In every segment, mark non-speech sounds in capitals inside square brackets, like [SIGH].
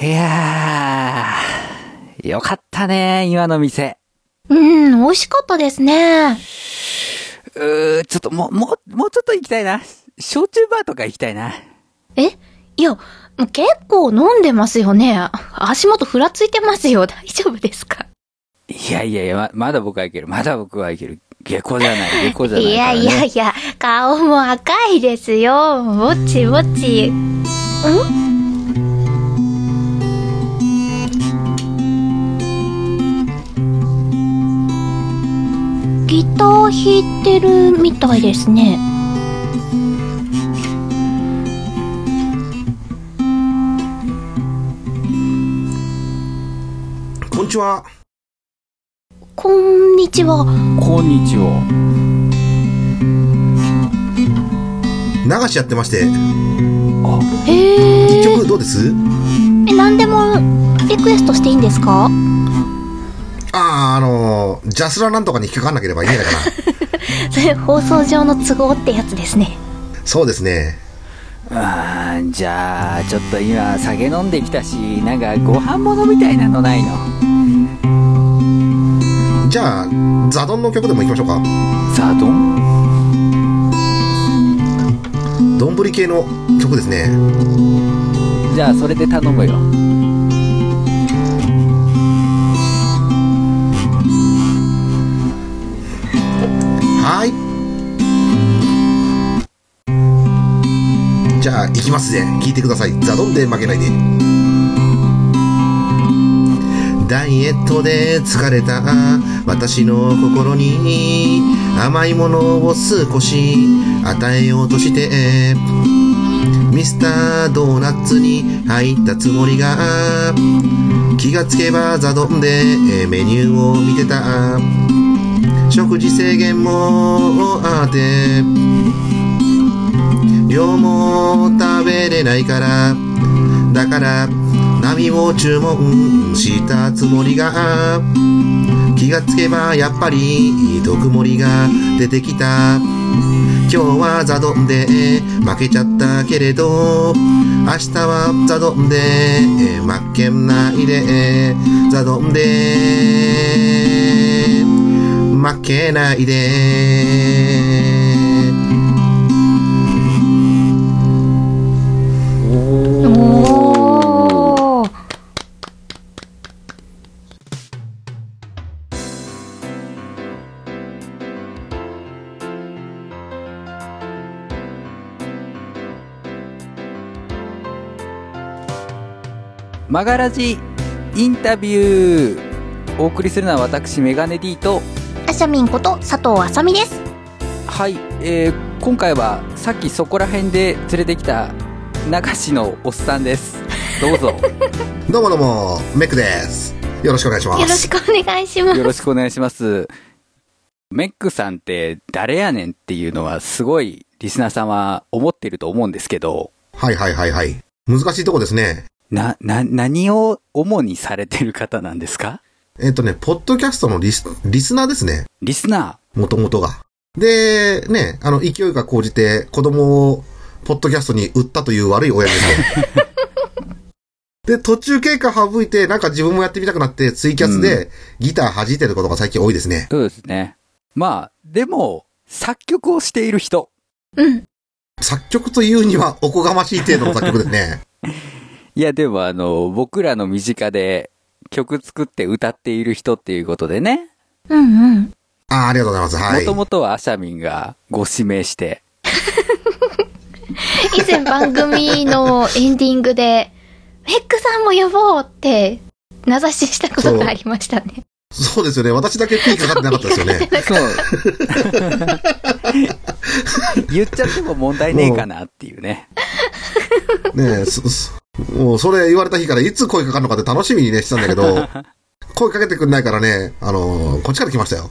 いやー、よかったね、今の店。うん、美味しかったですね。うー、ちょっともう、もう、もうちょっと行きたいな。焼酎バーとか行きたいな。えいや、結構飲んでますよね。足元ふらついてますよ。大丈夫ですかいやいやいや、ま、まだ僕はいける。まだ僕はいける。下校じゃない、下校じゃないいから、やね。いやいや、顔も赤いですよ。ぼちぼち。んギター弾いてるみたいですね。こんにちは。こんにちは。こんにちは。流しやってまして、へ一え。曲どうですえ、何でもリクエストしていいんですかああ、あのー、ジャスラなんとかに引っかかんなければいいんじゃないかそれ放送上の都合ってやつですね。な。そうですね。あーじゃあちょっと今酒飲んできたしなんかご飯物みたいなのないのじゃあ、ザドンの曲でも行きましょうか。ザドンどんぶり系の曲ですね。じゃあそれで頼むよはーい。じゃあ、行きますぜ。聞いてください。ザドンで負けないで。ダイエットで疲れた私の心に甘いものを少し与えようとしてミスタードーナツに入ったつもりが気がつけばザドンでえーメニューを見てた食事制限もあって量も食べれないからだから波を注文したつもりが気がつけばやっぱり毒盛りが出てきた今日はザドンで負けちゃったけれど明日はザドンで負けないでザドンで負けないでおー。マガラジインタビューお送りするのは私メガネ D とあしゃみんこと佐藤あさみです。はい、えー、今回はさっきそこら辺で連れてきた流しのおっさんですどう [LAUGHS] ぞどうもどうもメックですよろしくお願いしまよろすしくお願いしますよ。ろしくお願いしますメックさんって誰やねんっていうのはすごいリスナーさんは思ってると思うんですけどはいはいはいはい難しいとこですねな、な、何を主にされてる方なんですかえっとねポッドキャストのリスリスナーですねリスナもともとがでねあの勢いが高じて子供をポッドキャストに売ったという悪い親ですねで、途中経過省いて、なんか自分もやってみたくなって、ツイキャスでギター弾いてることが最近多いですね。ー。そうですね。まあ、でも、作曲をしている人。うん。作曲というにはおこがましい程度の作曲ですね。いや、でもあの、僕らの身近で曲作って歌っている人っていうことでね。うんうん。あーありがとうございます。はもいと。もとはアシャミンがご指名して。以前番組のエンディングで、ヘックさんも呼ぼうって、名指ししたことがありましたね。そうですよね。私だけピーかかってなかったですよね。 [LAUGHS] そう。言っちゃっても問題ねえかなっていうね。ねえ、そそもうそれ言われた日からいつ声かかるのかって楽しみにね、してたんだけど、声かけてくんないからね、あのーこっちから来ましたよ。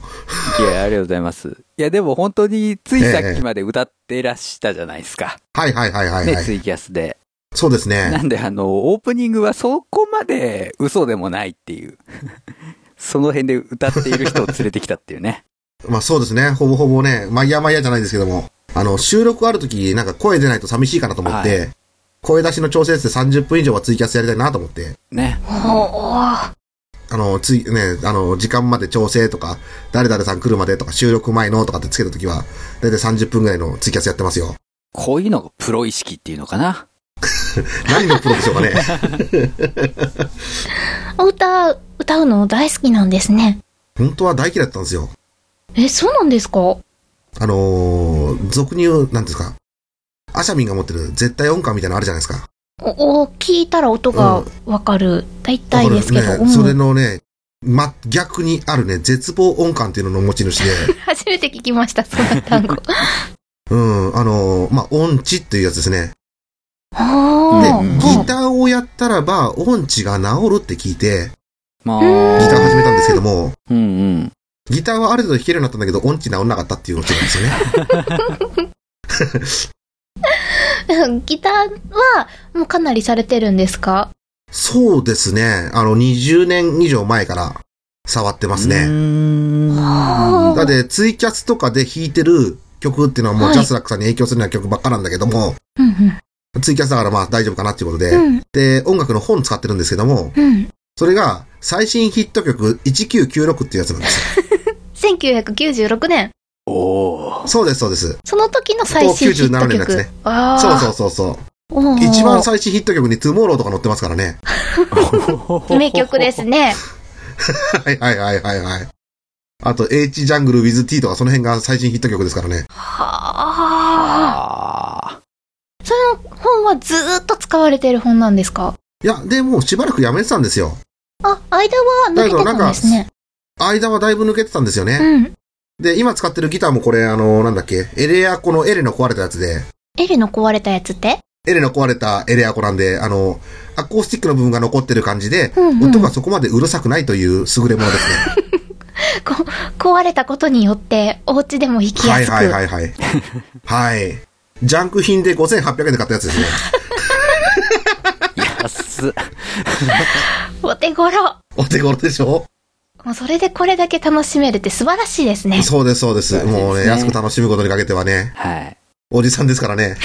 いや、ありがとうございます。いや、でも本当についさっきまで歌ってらしたじゃないですか。はいはいはいはい、ね、はツい。イキャスで。そうですね。なんで、あの、オープニングはそこまで嘘でもないっていう。 [LAUGHS] その辺で歌っている人を連れてきたっていうね。まあそうですね。ほぼほぼね、まあいやまあいやじゃないですけども、あの、収録ある時なんか声出ないと寂しいかなと思って、声出しの調整って30分以上はツイキャスやりたいなと思って、ね。おあの、つい、ね、あの、時間まで調整とか、誰々さん来るまでとか、収録前のとかってつけたときは、だいたい30分ぐらいのツイキャスやってますよ。こういうのがプロ意識っていうのかな。何のプロでしょうかね。お。歌、歌うの大好きなんですね。本当は大嫌いだったんですよ。え、そうなんですかあのー、俗に言う、なんですか。アシャミンが持ってる絶対音感みたいなのあるじゃないですか。お、お聞いたら音がわかる。大体ですけだど、からうね、それん、のね、ま、逆にあるね、絶望音感っていうのの持ち [LAUGHS] 主で、初めて聞きました、そんな単語。うん、あのー、まあ、音痴っていうやつですね。で、あうんギーターをやったらば、音痴が治るって聞いて、まあ、うんギター始めたんですけども、うんうん。ギターはある程度弾けるようになったんだけど、音痴治んなかったっていうオチなんですよ [LAUGHS] ね。うんギターは、もうかなりされてるんですかそうですね、あの、20年以上前から触ってますね。うーんあだってツイキャスとかで弾いてる曲っていうのはもはういジャスラックさんに影響するような曲ばっかなんだけども、うんうん。ツイキャスだからまあ大丈夫かなっていうことで、うん、で、音楽の本使ってるんですけども、うん。それが最新ヒット曲1996っていうやつなんですよ。 1996年。おーそうです、そうです。その時の最新ヒット97年のや曲。つねああ。そうそうそうそう。おー一番最新ヒット曲にトゥモローとか載ってますからね。 [LAUGHS] 名曲です。ね。はいはいはいはいはい。あと、H ジャングル with T とかその辺が最新ヒット曲ですからね。は [LAUGHS] ああ。本はずーっと使われてる本なんですかいや、でもうしばらくやめてたんですよ。あ、間は抜けてたんですね。間はだいぶ抜けてたんですよね。うん。で、今使ってるギターもこれ、あの、なんだっけ、エレアコのエレの壊れたやつで、エレの壊れたやつってエレの壊れたエレアコなんで、あの、アコースティックの部分が残ってる感じで、うんうん音がそこまでうるさくないという優れものですね。こ壊れたことによって、お家でも弾きはやいすく。はいはい [LAUGHS] はい。はい。ジャンク品で5800円で買ったやつですね。ー安っ。お手頃。 [LAUGHS] お手頃でしょもうそれでこれだけ楽しめるって素晴らしいですね。そうですそうです。もうね、そうですね安く楽しむことにかけてはね、はい。おじさんですから [LAUGHS] ね。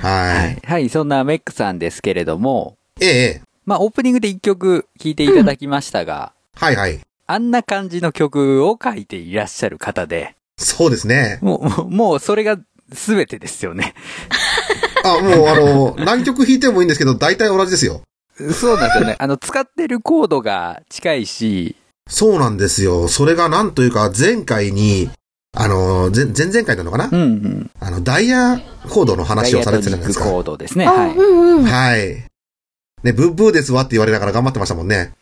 は。はいい。はい、そんなメックさんですけれども、ええええ、まあ、オープニングで一曲聴いていただきましたが、はいはい。あんな感じの曲を書いていらっしゃる方で、そうですね。もう、もうもうそれが全てですよね。あ、もうあ [LAUGHS] の、何曲弾いてもいいんですけど、大体同じですよ。そうなんですよね。 [LAUGHS] あの、使ってるコードが近いし、そうなんですよ。それがなんというか、前回に、あの、前前々回なのかな、うんうん。あの、ダイヤコードの話をされてたじゃないですダイアトニックか。コードですね。あ、はい。うんうん。はい。ね、ブッブーですわって言われながら頑張ってましたもんね。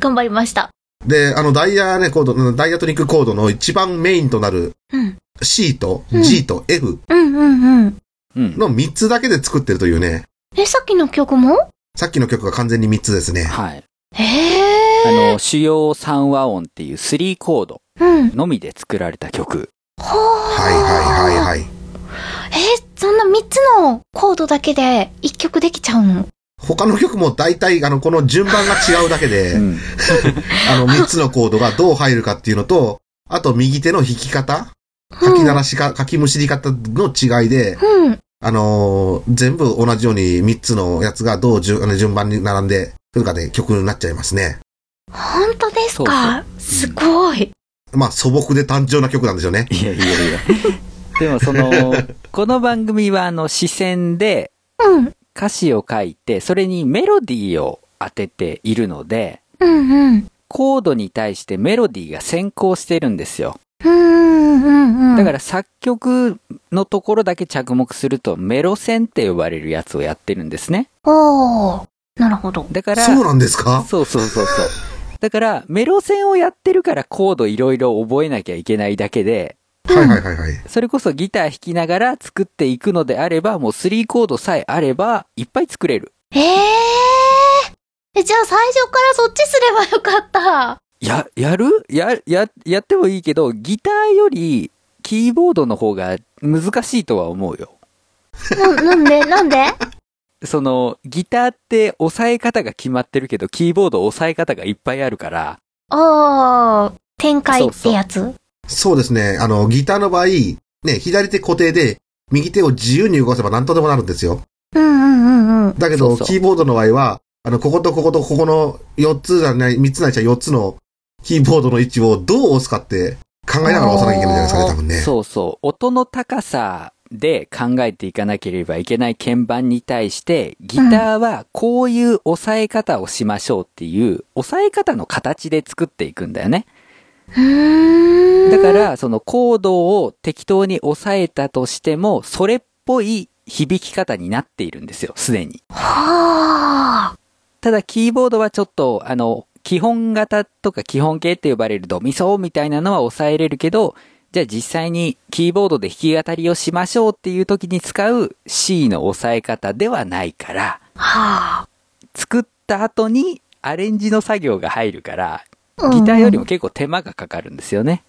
頑張りました。で、あの、ダイヤね、コード、うんダイヤトニックコードの一番メインとなるうん。 C とうん G と F うんうんうん。 [LAUGHS] うん。の3つだけで作ってるというね、え、さっきの曲もさっきの曲が完全に3つですね。はい。へあえ。の、主要3和音っていう3コードうん。のみで作られた曲。ほはいはいはいい。はい。えーそんな3つのコードだけで1曲できちゃうの他の曲も大体、あの、この順番が違うだけで、うん。あの、3つのコードがどう入るかっていうのと、あと右手の弾き方書き鳴らしか、書きむしり方の違いで、うん。あのー全部同じように3つのやつがどう順あの順番に並んでくるかで曲になっちゃいますね。本当ですかそうそうすごい。まあ素朴で単調な曲なんですよね。いやいやいや。でもその、この番組はあの、視線でうん。歌詞を書いて、それにメロディーを当てているので、うんうん。コードに対してメロディーが先行してるんですよ。うんうんうん。だから作曲のところだけ着目するとメロ線って呼ばれるやつをやってるんですね。おー。なるほど。だから、そうなんですかそうそうそうそう。だから、メロ線をやってるからコードいろいろ覚えなきゃいけないだけで、はいはいはいはい。それこそギター弾きながら作っていくのであれば、もう3コードさえあれば、いっぱい作れる。えー。え、じゃあ最初からそっちすればよかった。や、やるや、や、やってもいいけど、ギターよりキーボードの方が難しいとは思うよ。な、なんでなん [LAUGHS] でその、ギターって押さえ方が決まってるけど、キーボード押さえ方がいっぱいあるから、おー。展開ってやつそうですね。あの、ギターの場合、ね、左手固定で、右手を自由に動かせば何とでもなるんですよ。うんうんうんうん。だけど、そうそうキーボードの場合は、あの、こことこことここの4つじゃない、3つないし4つのキーボードの位置をどう押すかって考えながら押さなきゃいけないじゃないですかね、多分ね。そうそう。音の高さで考えていかなければいけない鍵盤に対して、ギターはこういう押さえ方をしましょうっていう、押さえ方の形で作っていくんだよね。うーん。だから、そのコードを適当に押さえたとしても、それっぽい響き方になっているんですよ、すでに。はあ。ただ、キーボードはちょっと、あの、基本型とか基本形って呼ばれるドミソみたいなのは抑えれるけど、じゃあ実際にキーボードで弾き語りをしましょうっていう時に使う C の押さえ方ではないから、は作った後にアレンジの作業が入るから、あ。ギターよりも結構手間がかかるんですよね。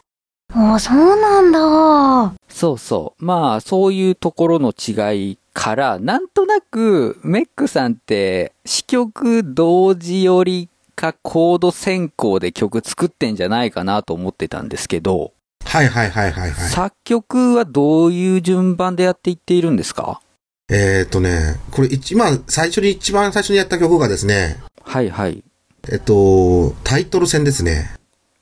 うん。あ、そうなんだ。そうそう。まあ、そういうところの違いから、なんとなく、メックさんって、詞曲同時よりかコード先行で曲作ってんじゃないかなと思ってたんですけど、はいはいはいはいはい。作曲はどういう順番でやっていっているんですかえーっとね、これ一、まあ、最初に、一番最初にやった曲がですね、はいはい。えっと、タイトル戦ですね。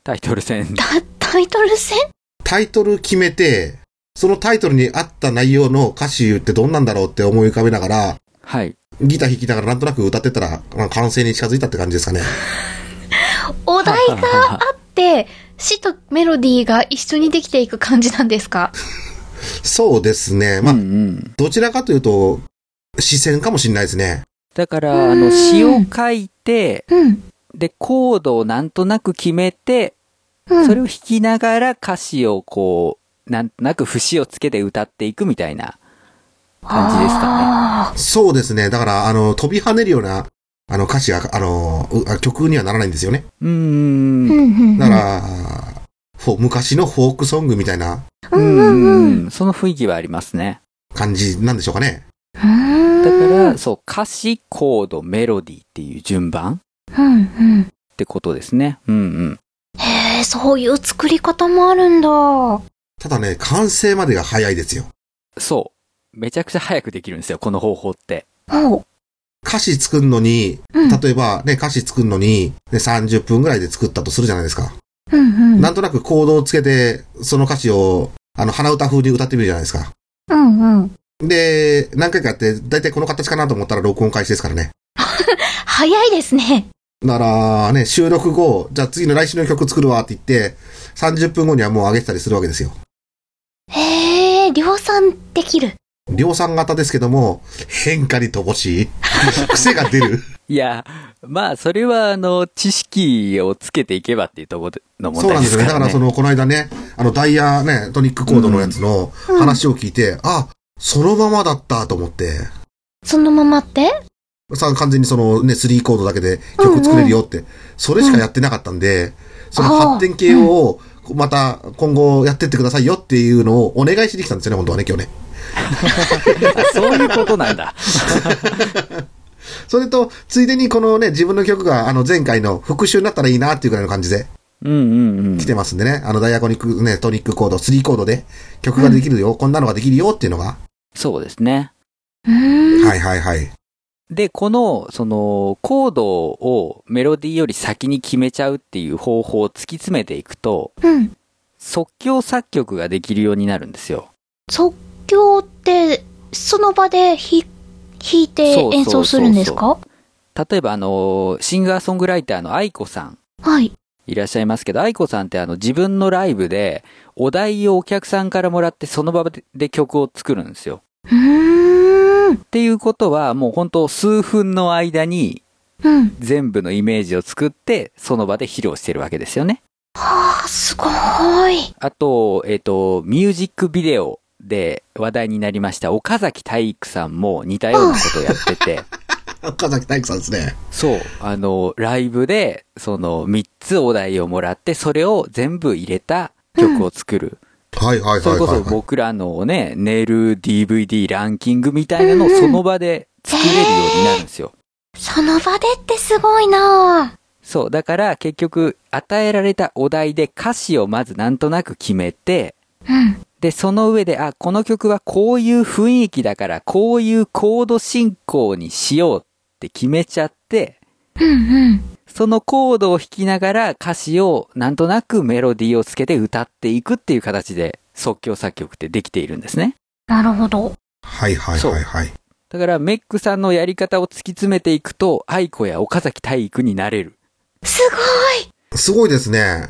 タイトル戦。タ、タイトル戦タイトル決めて、そのタイトルに合った内容の歌詞ってどんなんだろうって思い浮かべながら、はい。ギター弾きながらなんとなく歌ってったら、まあ、完成に近づいたって感じですかね。お題があって、詩とメロディーが一緒にできていく感じなんですかそうですね。まあ、うんうん。どちらかというと、視線かもしれないですね。だから、あうの、ん詞を書いて、うん。で、コードをなんとなく決めて、うん。それを弾きながら歌詞をこう、なんとなく節をつけて歌っていくみたいな感じですかね。かね。そうですね。だから、あの、飛び跳ねるような、あの、歌詞が、あの、うあ曲にはならないんですよね。うーうんん。うんうん。だから、フォ昔のフォークソングみたいなうんうんうん。ん。その雰囲気はありますね。感じなんでしょうかね。だかうら、んそう、歌詞、コード、メロディーっていう順番うんうん。ってことですね。うんうん。へえ、そういう作り方もあるんだ。ただね、完成までが早いですよ。そう。めちゃくちゃ早くできるんですよ、この方法って。おう。歌詞作るのに、うん。例えばね、歌詞作るのに、ね、30分ぐらいで作ったとするじゃないですか。うんうん。なんとなくコードをつけて、その歌詞を、あの、鼻歌風に歌ってみるじゃないですか。うんうん。で、何回かやって、だいたいこの形かなと思ったら録音開始ですからね。早いですね。だからね、収録後、じゃあ次の来週の曲作るわって言って、30分後にはもう上げてたりするわけですよ。へえ、量産できる。量産型ですけども、変化に乏しい。癖が出る。いや、まあ、それは、あの、知識をつけていけばっていうところの問そうな題んでですすよね。かだかららそね。の、この間ね、あの、ダイヤね、トニックコードのやつのうん話を聞いて、あ、そのままだったと思って、そのままってさ完全にそのね、3コードだけで曲作れるよって、それしかやってなかったんで、そのあー発展系を、また今後やってってくださいよっていうのをお願いしに来たんですよね、本当はね、今日ね。あ [LAUGHS] そういうことなんだ。それと、ついでにこのね、自分の曲が、あの、前回の復習になったらいいなっていうぐらいの感じでうんうんうん [LAUGHS] 来。てますんでね、あの、ダイアコニック、ね、トニックコード、3コードで曲ができるよ、こんなのができるよっていうのが、そうですね。うーん。はいはいはい。で、この、その、コードをメロディーより先に決めちゃうっていう方法を突き詰めていくと、うん。即興作曲ができるようになるんですよ。即興って、その場でひ弾いてそうそうそうそう演奏するんですか例えば、あの、シンガーソングライターの愛子さん、はい。いらっしゃいますけど、愛子さんってあの、自分のライブで、お題をお客さんからもらって、その場で曲を作るんですよ。うーん。っていうことは、もう本当数分の間に、うん。全部のイメージを作って、その場で披露してるわけですよね。はあ、すごーい。あと、えっ、と、ミュージックビデオで話題になりました岡崎体育さんも似たようなことをやってて、岡崎体育さんですね。 [LAUGHS] そう、あの、ライブで、その、3つお題をもらって、それを全部入れた曲を作る。はいはいそはれいこはい、そはい。僕らのね、ネル DVD ランキングみたいなのをその場で作れるようになるんですよ。その場でってすごいなそう、だから結局、与えられたお題で歌詞をまずなんとなく決めて、ぁ。うん。で、その上で、あ、この曲はこういう雰囲気だから、こういうコード進行にしようって決めちゃって、うんうん。そのコードを弾きながら歌詞をなんとなくメロディーをつけて歌っていくっていう形で即興作曲ってできているんですね。なるほど。はいはいはいはい。だからメックさんのやり方を突き詰めていくと、愛子や岡崎体育になれる。すごいすごいですね。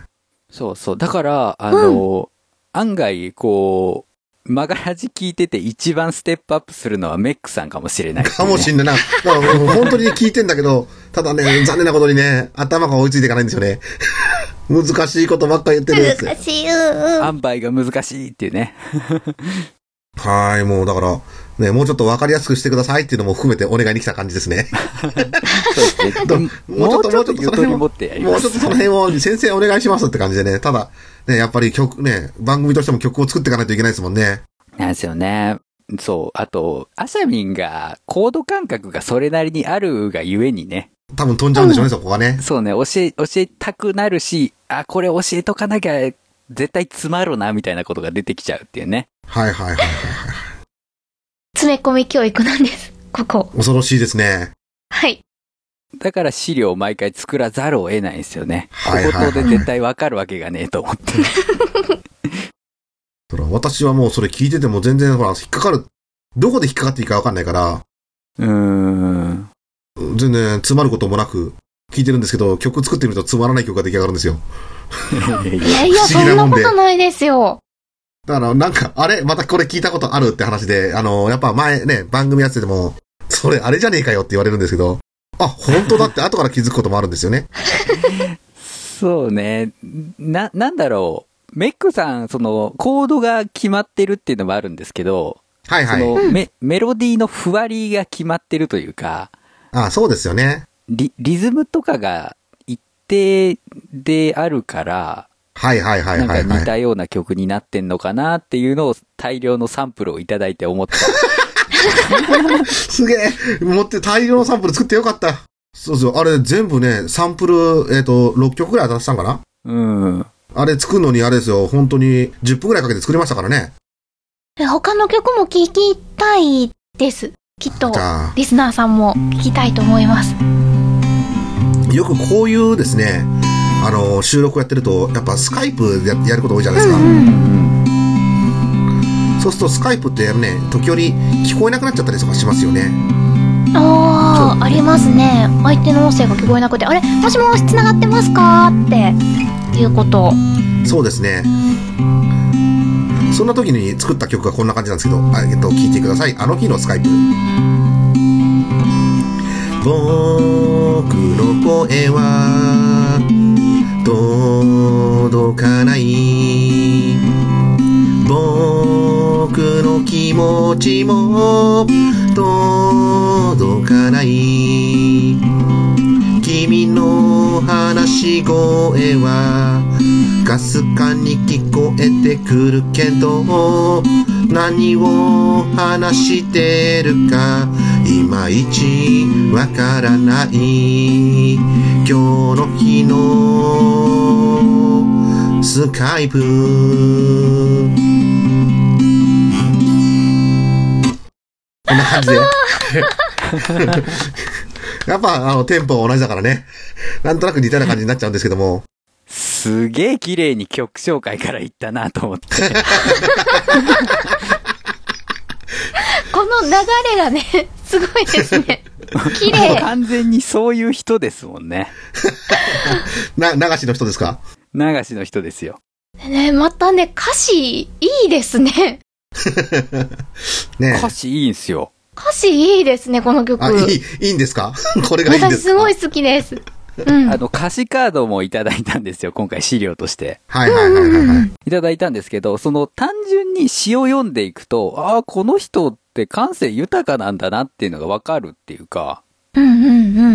そうそう。だから、あの、案外、こう、マガラジ聞いてて一番ステップアップするのはメックさんかもしれない、かもしれんないな。だからもう本当に聞いてんだけど、ただね、残念なことにね、頭が追いついていかないんですよね。難しいことばっか言ってるやつ。難しい。うん [LAUGHS] うん。塩梅が難しいっていう [LAUGHS] ね。はい、もうだから、ね、もうちょっとわかりやすくしてくださいっていうのも含めてお願いに来た感じですね。そうですね。でももうちょもっうとちょっともうちょゆとっとその辺りも持ってやりもまうちょっすと。その辺を先生お願いしますって感じでね、ただ、ね、やっぱり曲、ね、番組としても曲を作っていかないといけないですもんね。なんですよね。そう。あと、アシャミンがコード感覚がそれなりにあるがゆえにね、多分飛んじゃうんでしょうね、そこがね。そうね、教え、教えたくなるし、あ、これ教えとかなきゃ絶対詰まるな、みたいなことが出てきちゃうっていうね。はいはいはいはい。詰め込み教育なんです。ここ。恐ろしいですね。はい。だから資料を毎回作らざるを得ないんですよね。こはいはこいで絶対わかるわけがねえと思 [LAUGHS] って。そら私はもうそれ聞いてても全然ほら、引っかかる。どこで引っかかっていいかわかんないから、うーん。全然詰まることもなく、聞いてるんですけど、曲作ってみるとつまらない曲が出来上がるんですよ。いやいや、不そ思議なんなもんこでとないですよ。だからなんか、あれまたこれ聞いたことあるって話で、あの、やっぱ前ね、番組やってても、それあれじゃねえかよって言われるんですけど、あ、本当だ [LAUGHS] って後から気づくこともあるんですよね。そうね。な、なんだろう。メックさん、その、コードが決まってるっていうのもあるんですけど、はいそはい。のメ、メロディーのふわりが決まってるというか、あ、そうですよね。リ、リズムとかが一定であるから、はいはいはいなんはかい、似はい。たような曲になってんのかなっていうのを大量のサンプルをいただいて思った。すげえ持って大量のサンプル作ってよかった。そうそう。あれ全部ね、サンプル、えっ、と、6曲ぐらい出したんかなうん。あれ作るのにあれですよ、本当に10分ぐらいかけて作りましたからね。え他の曲も聴きたいです。きっとじ、ゃあ、リスナーさんも聴きたいと思います。よくこういうですね、あの、収録やってると、やっぱスカイプでややること多いじゃなういですか。んうん。そうするとスカイプってね、時折聞こえなくなっちゃったりとかしますよね。ああ、ありますね。相手の音声が聞こえなくて、あれもしもし、繋がってますかって、いうこと。そうですね。そんな時に作った曲がこんな感じなんですけど、あえっと、聞いてください。あの日のスカイプ。僕の声は届かない。僕の気持ちも届かない。君の話し声はかすかに聞こえてくるけど何を話してるかいまいちわからない今日の日のスカイプこんな感じでやっぱあのテンポは同じだからね [LAUGHS] なんとなく似たような感じになっちゃうんですけどもすげえ綺麗に曲紹介からいったなと思 [LAUGHS] って。この流れがね、すごいですね。綺麗。完全にそういう人ですもんね。な、流しの人ですか流しの人ですよ。ね、またね、歌詞、いいですね。ね歌詞いいんすよ。歌詞いいですね、この曲。あ、いい、いいんですか [LAUGHS] これがいいんで私すすかごい好きです。うん。あの、歌詞カードもいただいたんですよ。今回資料として。はいはいはいはいはい。いただいたんですけど、その単純に詩を読んでいくと、ああ、この人って感性豊かなんだなっていうのがわかるっていうか、うんうん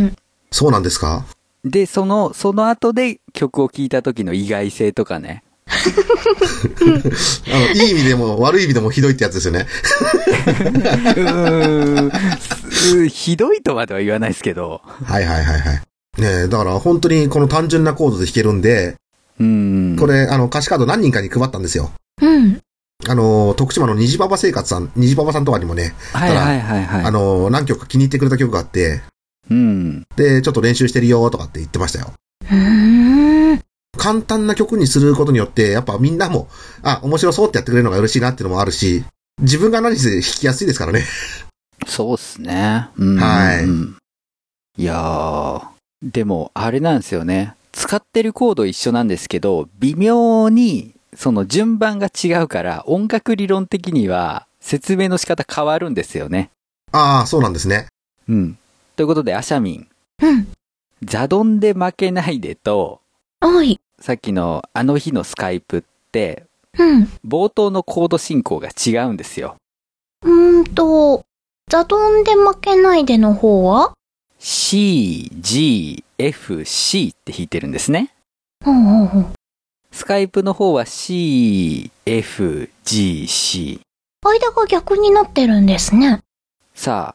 うん。そうなんですかで、その、その後で曲を聴いた時の意外性とかね。あの、いい意味でも [LAUGHS] 悪い意味でもひどいってやつですよね。うーん、ひどいとまでは言わないですけど。はいはいはいはい。ねえ、だから本当にこの単純なコードで弾けるんで、うん。これ、あの、歌詞カード何人かに配ったんですよ。うん。あの、徳島の虹パパ生活さん、虹パパさんとかにもね、はいはいはいはい。あの、何曲か気に入ってくれた曲があって、うん。で、ちょっと練習してるよとかって言ってましたよ。うーん。簡単な曲にすることによって、やっぱみんなも、あ、面白そうってやってくれるのが嬉しいなっていうのもあるし、自分が何せ弾きやすいですからね。そうっすね。うん。はいい。いやー。でも、あれなんですよね。使ってるコード一緒なんですけど、微妙に、その順番が違うから、音楽理論的には説明の仕方変わるんですよね。ああ、そうなんですね。 [LAUGHS] うん。ということで、アシャミン、うん。ザドンで負けないでと、おい。さっきのあの日のスカイプって、うん。冒頭のコード進行が違うんですよ。うーんと、ザドンで負けないでの方は C, G, F, C って弾いてるんですね。ほうほうほう。スカイプの方は C, F, G, C。間が逆になってるんですね。さあ、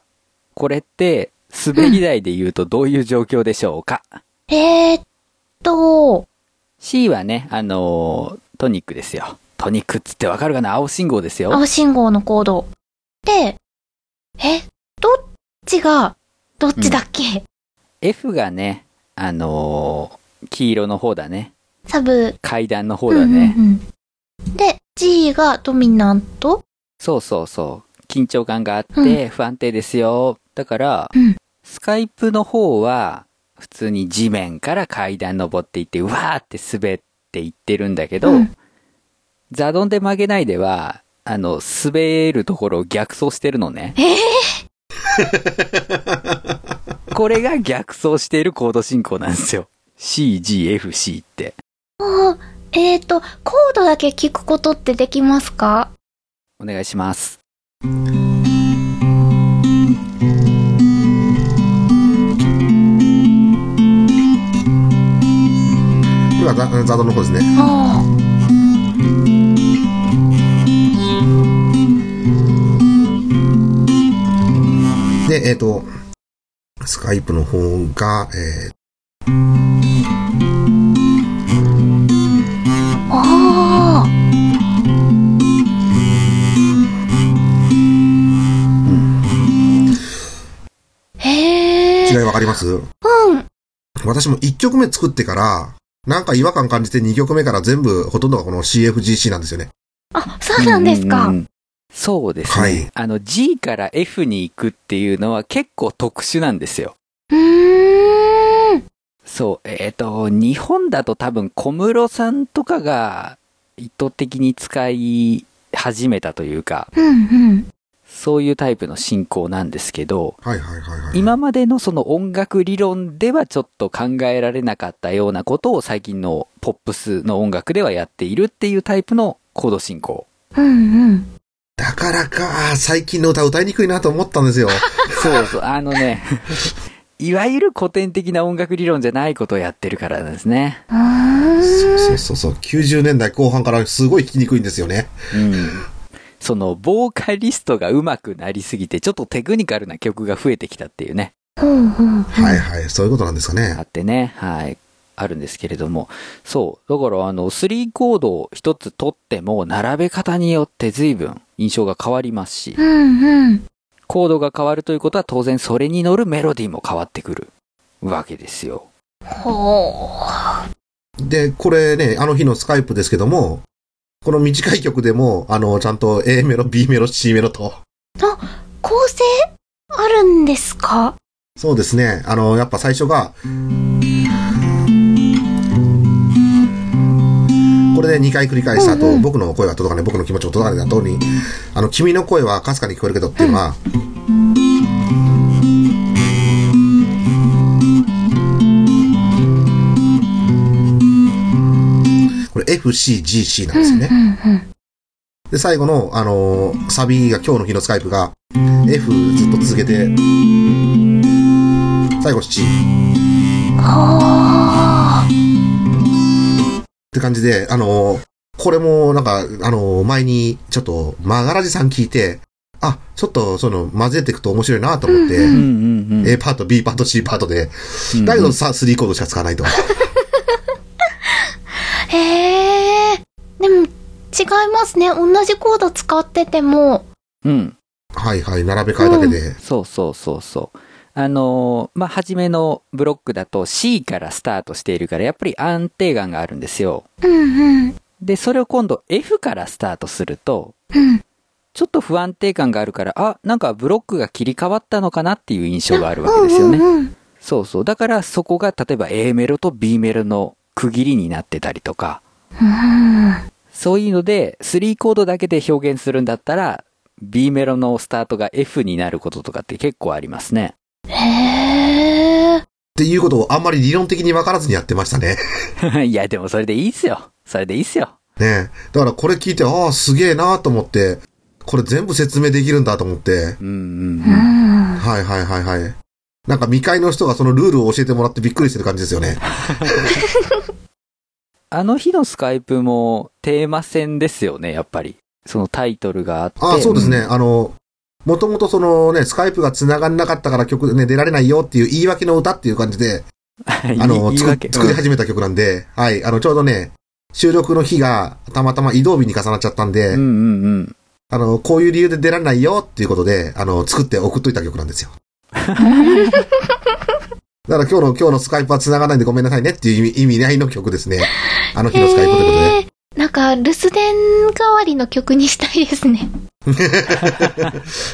これって滑り台で言うとどういう状況でしょうか、えーっと、 ?C はね、あのートニックですよ。トニックっつってわかるかな青信号ですよ。青信号のコード。で、え、どっちが、どっちだっけ、 F がね、あのー黄色の方だね。サブ。階段の方だね。うんうんうんで、G がドミナントそうそうそう。緊張感があっうて不安定ですよ。だから、うんスカイプの方は、普通に地面から階段登っていって、うわーって滑っていってるんだけど、うんザドンで曲げないでは、あの、滑るところを逆走してるのね。ええこれが逆走しているコード進行なんですよ。C, G, F, C って。あーえーっと、コードだけ聞くことってできますかお願いします。今、ザザードの方ですね。ああ。で、えっ、と、スカイプの方が、えああ。へー、え。違いわかりますうん。私も1曲目作ってから、なんか違和感感じて2曲目から全部、ほとんどがこの CFGC なんですよね。あ、そうなんですか。うううんそうですね。はいあの、G から F に行くっていうのは結構特殊なんですよ。うーん。そう、えっ、と、日本だと多分小室さんとかが意図的に使い始めたというか、うんうん。そういうタイプの進行なんですけど、はいはいはいはい。今までのその音楽理論ではちょっと考えられなかったようなことを最近のポップスの音楽ではやっているっていうタイプのコード進行。うんうん。だからか、最近の歌歌いにくいなと思ったんですよ。そうそう、あのね、いわゆる古典的な音楽理論じゃないことをやってるからなんですね。うーん。そうそうそうそう、90年代後半からすごい聴きにくいんですよね。うん。その、ボーカリストが上手くなりすぎて、ちょっとテクニカルな曲が増えてきたっていうね、ほうほうほう。はいはい、そういうことなんですかあね。ってね、はい、あるんですけれども、そう、だからあの、3コードを一つ取っても、並べ方によって随分印象が変わりますしう、んうん。コードが変わるということは当然それに乗るメロディーも変わってくるわけですよ。ほで、これね、あの日のスカイプですけども、この短い曲でも、あの、ちゃんと A メロ、B メロ、C メロと。う。構成あるんですかそうですね、あの、やっぱ最初が、これで2回繰り返したうんう後、ん僕の声が届かない、僕の気持ちを届かないだとに、あの、君の声はかすかに聞こえるけどっていうのは、これ FCGC なんですよね。うんうん。で、最後の、あのーサビが今日の日のスカイプが、F ずっと続けて、最後 C っはあ。て感じで、あのーこれもなんか、あのー前にちょっと、マガラジさん聞いて、あ、ちょっと、その、混ぜていくと面白いなと思って、うんうんうんうん。 A パート、B パート、C パートで、だけどさ、3コードしか使わないと。へえ。でも、違いますね。同じコード使ってても。うん。はいはい、並べ替えだけで。そうそうそうそう。あのーまあ、初めのブロックだと C からスタートしているから、やっぱり安定感があるんですよ。うんうん。で、それを今度 F からスタートすると、うん。ちょっと不安定感があるから、あ、なんかブロックが切り替わったのかなっていう印象があるわけですよね。うんうんそうそう。だからそこが例えば A メロと B メロの区切りになってたりとか、うん。うんそういうので、3コードだけで表現するんだったら、B メロのスタートが F になることとかって結構ありますね。 [LAUGHS] へえ。っていうことをあんまり理論的に分からずにやってましたね。いや、でもそれでいいっすよ。それでいいっすよ。ねだからこれ聞いて、ああ、すげえなと思って、これ全部説明できるんだと思って。うんうんううん。ん。はいはいはいはい。なんか未開の人がそのルールを教えてもらってびっくりしてる感じですよね。あの日のスカイプもテーマ戦ですよね、やっぱり。そのタイトルがあって。ああ、そうですね。ん。あの、もともとそのね、スカイプが繋がんなかったから曲ね、出られないよっていう言い訳の歌っていう感じで、ああの、の、言い作訳。作り始めた曲なんで、はい、あの、ちょうどね、収録の日がたまたま移動日に重なっちゃったんで、うんうんうん。あの、こういう理由で出られないよっていうことで、あの、作って送っといた曲なんですよ。だから今日の、今日のスカイプは繋がらないんでごめんなさいねっていう意味、意味合いの曲ですね。あの日のスカイプということで。へえ。なんか、留守電代わりの曲にしたいですね。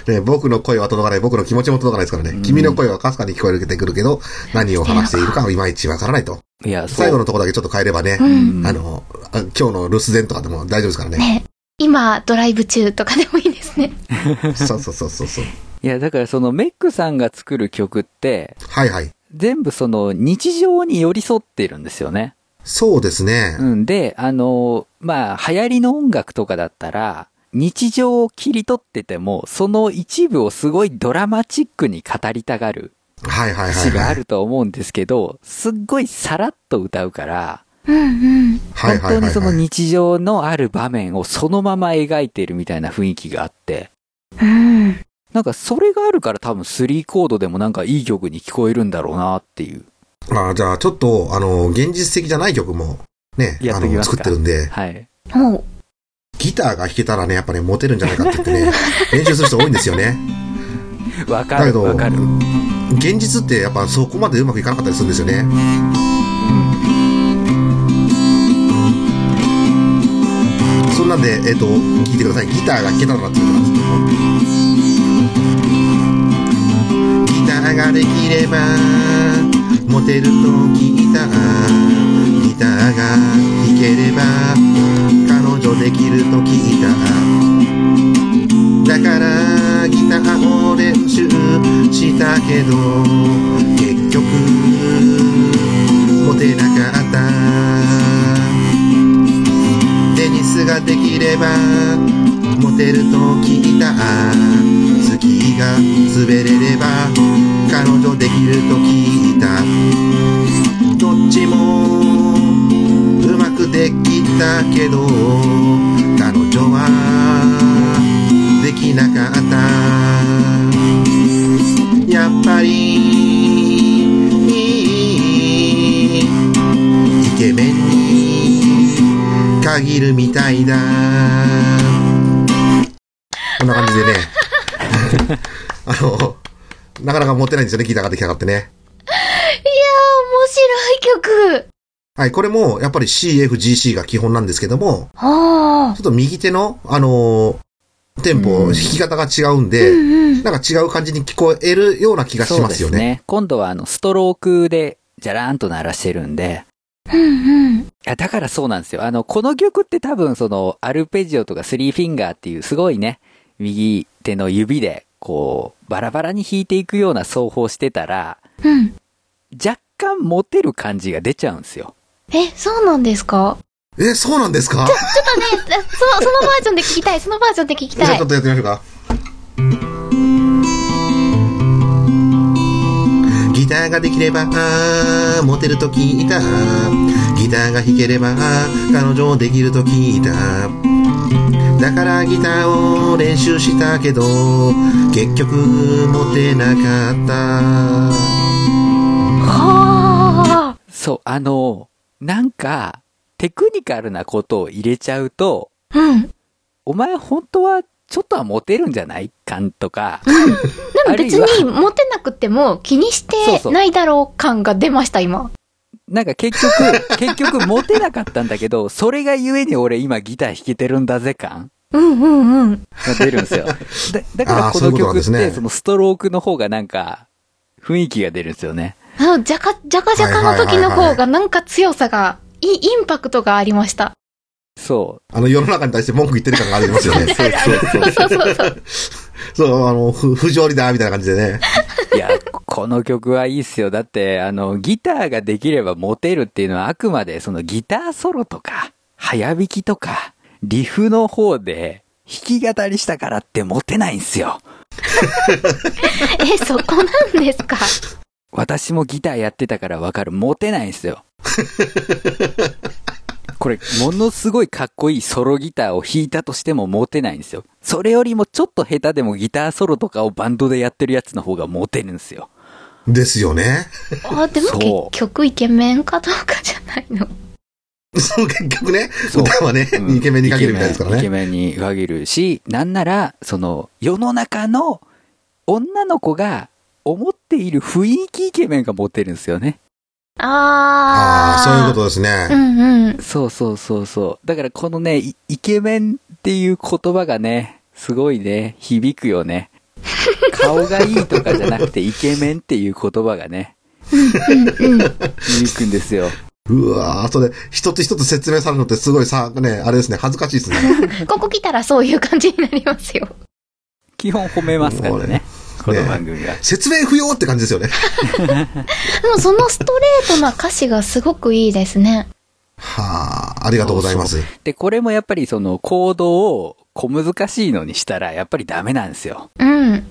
ね、僕の声は届かない、僕の気持ちも届かないですからね。うん君の声はかすかに聞こえてくるけど、何を話しているかはいまいちわからないと。いや、そう。最後のとこだけちょっと変えればねう、ん。んあの、あ今日の留守電とかでも大丈夫ですからね。ね。今、ドライブ中とかでもいいですね。そうそうそうそうそう。いや、だからそのメックさんが作る曲って、はいはい。全部その日常に寄り添っているんですよね。そうですね。うんで、あの、まあ、流行りの音楽とかだったら、日常を切り取ってても、その一部をすごいドラマチックに語りたがるはいはいはい節がはあい。ると思うんですけど、すっごいさらっと歌うから、うんうん。はいは本当いはにいそのはい。日常のある場面をそのまま描いているみたいな雰囲気があって、うん。なんかそれがあるから多分3コードでもなんかいい曲に聞こえるんだろうなっていう。あじゃあちょっと、あの、現実的じゃない曲も、ね、やあっときの、ますか作ってるんで、はい。おう。ギターが弾けたらね、やっぱね、モテるんじゃないかって言っ [LAUGHS] てね、練習する人多いんですよね。わかだける、どわかる。現実ってやっぱそこまでうまくいかなかったりするんですよね。そんなんで、えっ、と、聞いてください。ギターが弾けたらなっていうことなんです。ギターができれば、モテると聞いた。ギターが弾ければ、彼女できると聞いた。だからギターを練習したけど結局モテなかったテニスができればモテると聞いたスキーが滑れれば彼女できると聞いたどっちもうまくできたけど彼女はできなかったやっぱりイケメンに限るみたいだこんな感じでね [LAUGHS] あのなかなか持ってないんですよねギターができなかったねいやー、面白い曲。はい、これも、やっぱり CFGC が基本なんですけども、あちょっと右手の、あのーテンポ、うん弾き方が違うんあ。うで、んうん。なんか違う感じに聞こえるような気がしますそようですね。ね。今度はあの、ストロークで、じゃらーんと鳴らしてるんで。うんうん。いやだからそうなんですよ。あの、この曲って多分その、アルペジオとかスリーフィンガーっていうすごいね、右手の指で、こう、バラバラに弾いていくような奏法してたら、うん。若干モテる感じが出ちゃうんですよ。え、そうなんですかえ、そうなんですかちょっとね、あその、そのバージョンで聞きたい、そのバージョンで聞きじゃたあいちょっ。とやってみましょうか。ギターができれば、あーモテると聞いた。ギターが弾ければ、あー彼女できると聞いた。だからギターを練習したけど、結局モテなかった。はあ。そう、あの、なんか、テクニカルなことを入れちゃうと、うん。お前本当はちょっとはモテるんじゃない感とか、でも別あるいにモテなくても気にしそうそてうないだろう感が出ました、今。なんか結 [LAUGHS] 局、結局モテなかったんだけど、それがゆえに俺今ギター弾けてるんだぜ感うんうんうん。が出るんですよ。だだかあらーこそういの曲うことなんでっすねて、そのストロークの方がなんか、雰囲気が出るんですよね。あの、じゃか、じゃかじゃかの時のはいはいは方いはがなんか強さが、いインパクトがありま [LAUGHS] した。そあの、世の中に対して文句言ってる感がありますよね。そうそうそうそう。そう、あの、ふ [LAUGHS] 不条理だ、みたいな感じでね。 [LAUGHS] う。いや、この曲はいいっすよ。だって、あの、ギターができればモテるっていうのはあくまでそのギターソロとか、早弾きとか、リフの方で弾き語りしたからってモテないんすよ。え、そこなんです [LAUGHS] か私もギターやってたからわかる。モテないんですよ。これ、ものすごいかっこいいソロギターを弾いたとしてもモテないんですよ。それよりもちょっと下手でもギターソロとかをバンドでやってるやつの方がモテるんですよ。ですよね。 [LAUGHS] あ、でそもう結局イケメンかどうかじゃないの。そう、結局ね、そう歌はね、うん [LAUGHS] イケメンに限るみたいですからイケね。メンイケメンに限るし、なんなら、その、世の中の女の子が思っている雰囲気イケメンがモテるんですよね。あー。ああ、そういうことですね。うんうん。そうそうそうそう。だからこのね、イイケメンっていう言葉がね、すごいね、響くよね。顔がいいとかじゃなくて、イケメンっていう言葉がね、うんうん。響くんですよ。うわーそれ、一つ一つ説明されるのってすごいさ、ね、あれですね、恥ずかしいで [LAUGHS] す [LAUGHS] ね。ここ来たらそういう感じになりますよ。基本褒めますからね、この番組が。説明不要って感じですよね。でもそのストレートな歌詞がすごくいいですね。はあ、ありがとうございます。で、これもやっぱりその行動を小難しいのにしたら、やっぱりダメなんですよ。うん。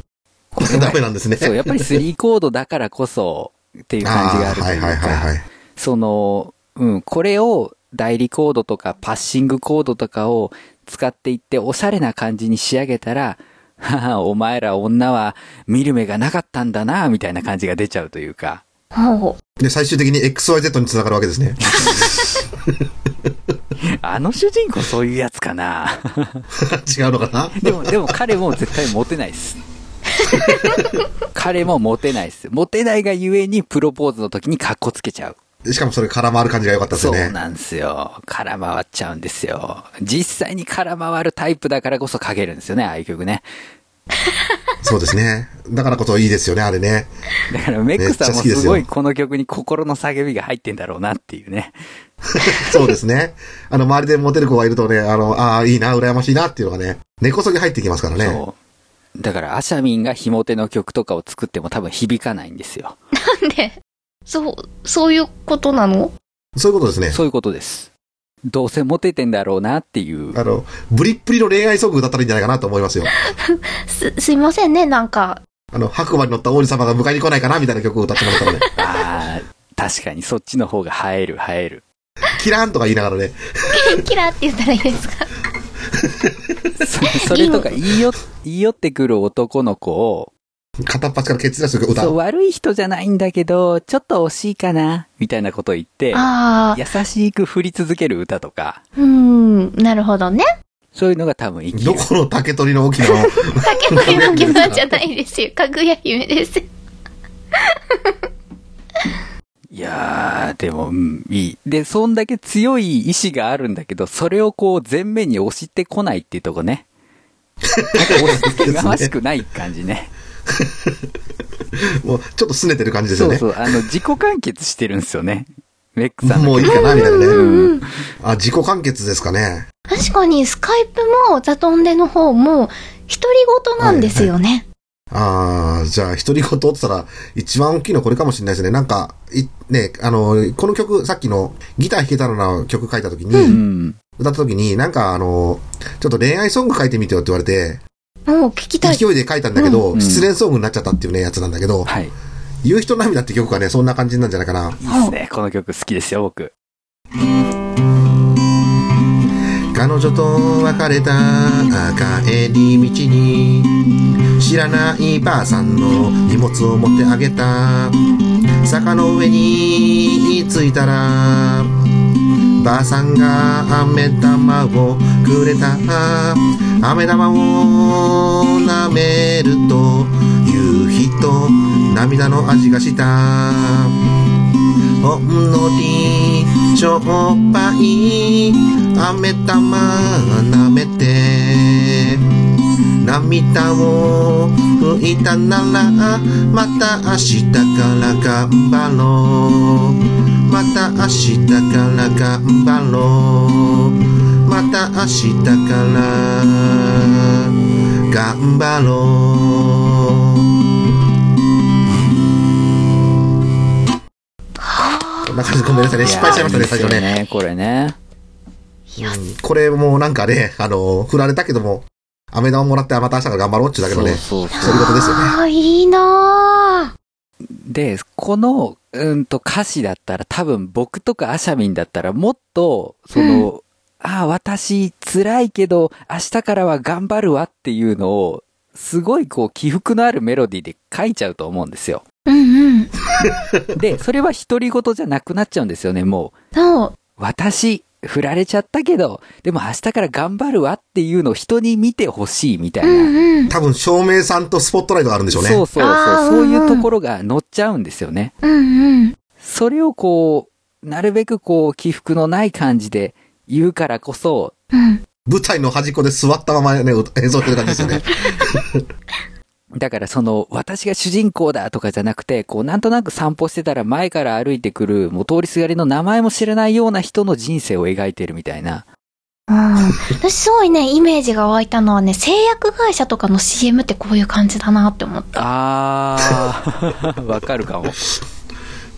これダメなんですね。そう、やっぱりスリーコードだからこそ、っていう感じがあるーとはいいうはいはいかは、い。その、うん、これを代理コードとかパッシングコードとかを使っていっておしゃれな感じに仕上げたら、ははお前ら女は見る目がなかったんだな、みたいな感じが出ちゃうというか。ほう。で、最終的に XYZ に繋がるわけですね。 [LAUGHS] あの主人公そういうやつかな。違うのかなでも、でも彼も絶対モテないっす。彼もモテないっす。モテないがゆえにプロポーズの時にカッコつけちゃう。しかもそれ絡まる感じが良かったですそようね。なんですよ。空回っちゃうんですよ。実際に空回るタイプだからこそ書けるんですよね、ああいう曲ね。そうですね。だからこそいいですよね、あれね。 [LAUGHS] だからメックさんもめっちゃ好きですすごよいこの曲に心の叫びが入ってんだろうなっていうね。そうですね。あの、周りでモテる子がいるとね、あの、ああ、いいな、羨ましいなっていうのがね、根こそぎ入ってきますからね。そう。だからアシャミンがひも手の曲とかを作っても多分響かないんですよ。なんで、そう、そういうことなのそういうことですね。そういうことです。どうせモテてんだろうなっていう。あの、ブリッブリの恋愛ソングだったらいいんじゃないかなと思いますよ。す、すいませんね、なんか。あの、白馬に乗った王子様が迎えに来ないかなみたいな曲を歌ってもらったらね、ああ、確かにそっちの方が映える映える。 [LAUGHS] キラーンとか言いながらね、 [LAUGHS] キンキラって言ったらいいですかそそれとか言いよ、言い寄ってくる男の子を、片っ端からケツ出して歌そうう。悪い人じゃないんだけど、ちょっと惜しいかな、みたいなこと言って、ああ、優しく振り続ける歌とか、うん、なるほどね。そういうのが多分生きどる。この竹取の大 [LAUGHS] きなの竹取の木村じゃないですよ。かぐや姫です。いやー、でも、うん、いい。で、そんだけ強い意志があるんだけど、それをこう、前面に押してこないっていうとこ [LAUGHS] ね。なんか押し付けがましくない感じね。もう、ちょっと拗ねてる感じですそようね。そう、あの、自己完結してるんですよね。メックさんものういいかなみたいなうね。ん。あ、自己完結ですかね。確かに、スカイプも、ザトンデの方も、独り言なんですよね。ああ、じゃあ、独り言って言ったら、一番大きいのこれかもしれないですね。なんか、い、ね、あの、この曲、さっきのギター弾けたのな曲書いた時に、うん。歌った時に、なんかあの、ちょっと恋愛ソング書いてみてよって言われて、もう聞きたい。勢いで書いたんだけど、うん失恋ソングになっちゃったっていうね、やつなんだけど、はい。い言う人涙って曲がね、そんな感じなんじゃないかな。いっすね。この曲好きですよ、僕。彼女と別れた帰り道に知らないばあさんの荷物を持ってあげた坂の上に着いたらばあさんが飴玉をくれた飴玉を舐めると夕日と涙の味がしたほんのりしょっぱい飴玉舐めて涙を拭いたならまた明日から頑張ろうまた明日から頑張ろうまた明日から頑張ろうこんな感じごめんなさいね失敗しちゃいましたね最初いやねですよこれね。うんこれもなんかね、あの、振られたけども、飴玉もらってまた明日から頑張ろうっていうだけのね、そうそうそういうことですよね。ああ、いいなで、この、うんと歌詞だったら多分僕とかアシャミンだったらもっと、その、ああ、私辛いけど明日からは頑張るわっていうのを、すごいこう起伏のあるメロディーで書いちゃうと思うんですよ。あうんうん。で、それは独り言じゃなくなっちゃうんですよね、もそう。う。私、振られちゃったけど、でも明日から頑張るわっていうのを人に見てほしいみたいうんな。うん。多分、照明さんとスポットライトがあるんでしょうね。そうそうあそう。ーそういうところが乗っちゃうんですよね。うんうん。それをこう、なるべくこう、起伏のない感じで言うからこそ、 [LAUGHS] うん。舞台の端っこで座ったままね、歌演奏してる感じですよ [LAUGHS] ね。だからその、私が主人公だとかじゃなくて、こう、なんとなく散歩してたら前から歩いてくる、もう通りすがりの名前も知らないような人の人生を描いてるみたいな。うん、私すごいね、イメージが湧いたのはね、製薬会社とかの CM ってこういう感じだなって思った。あー、わかるかも。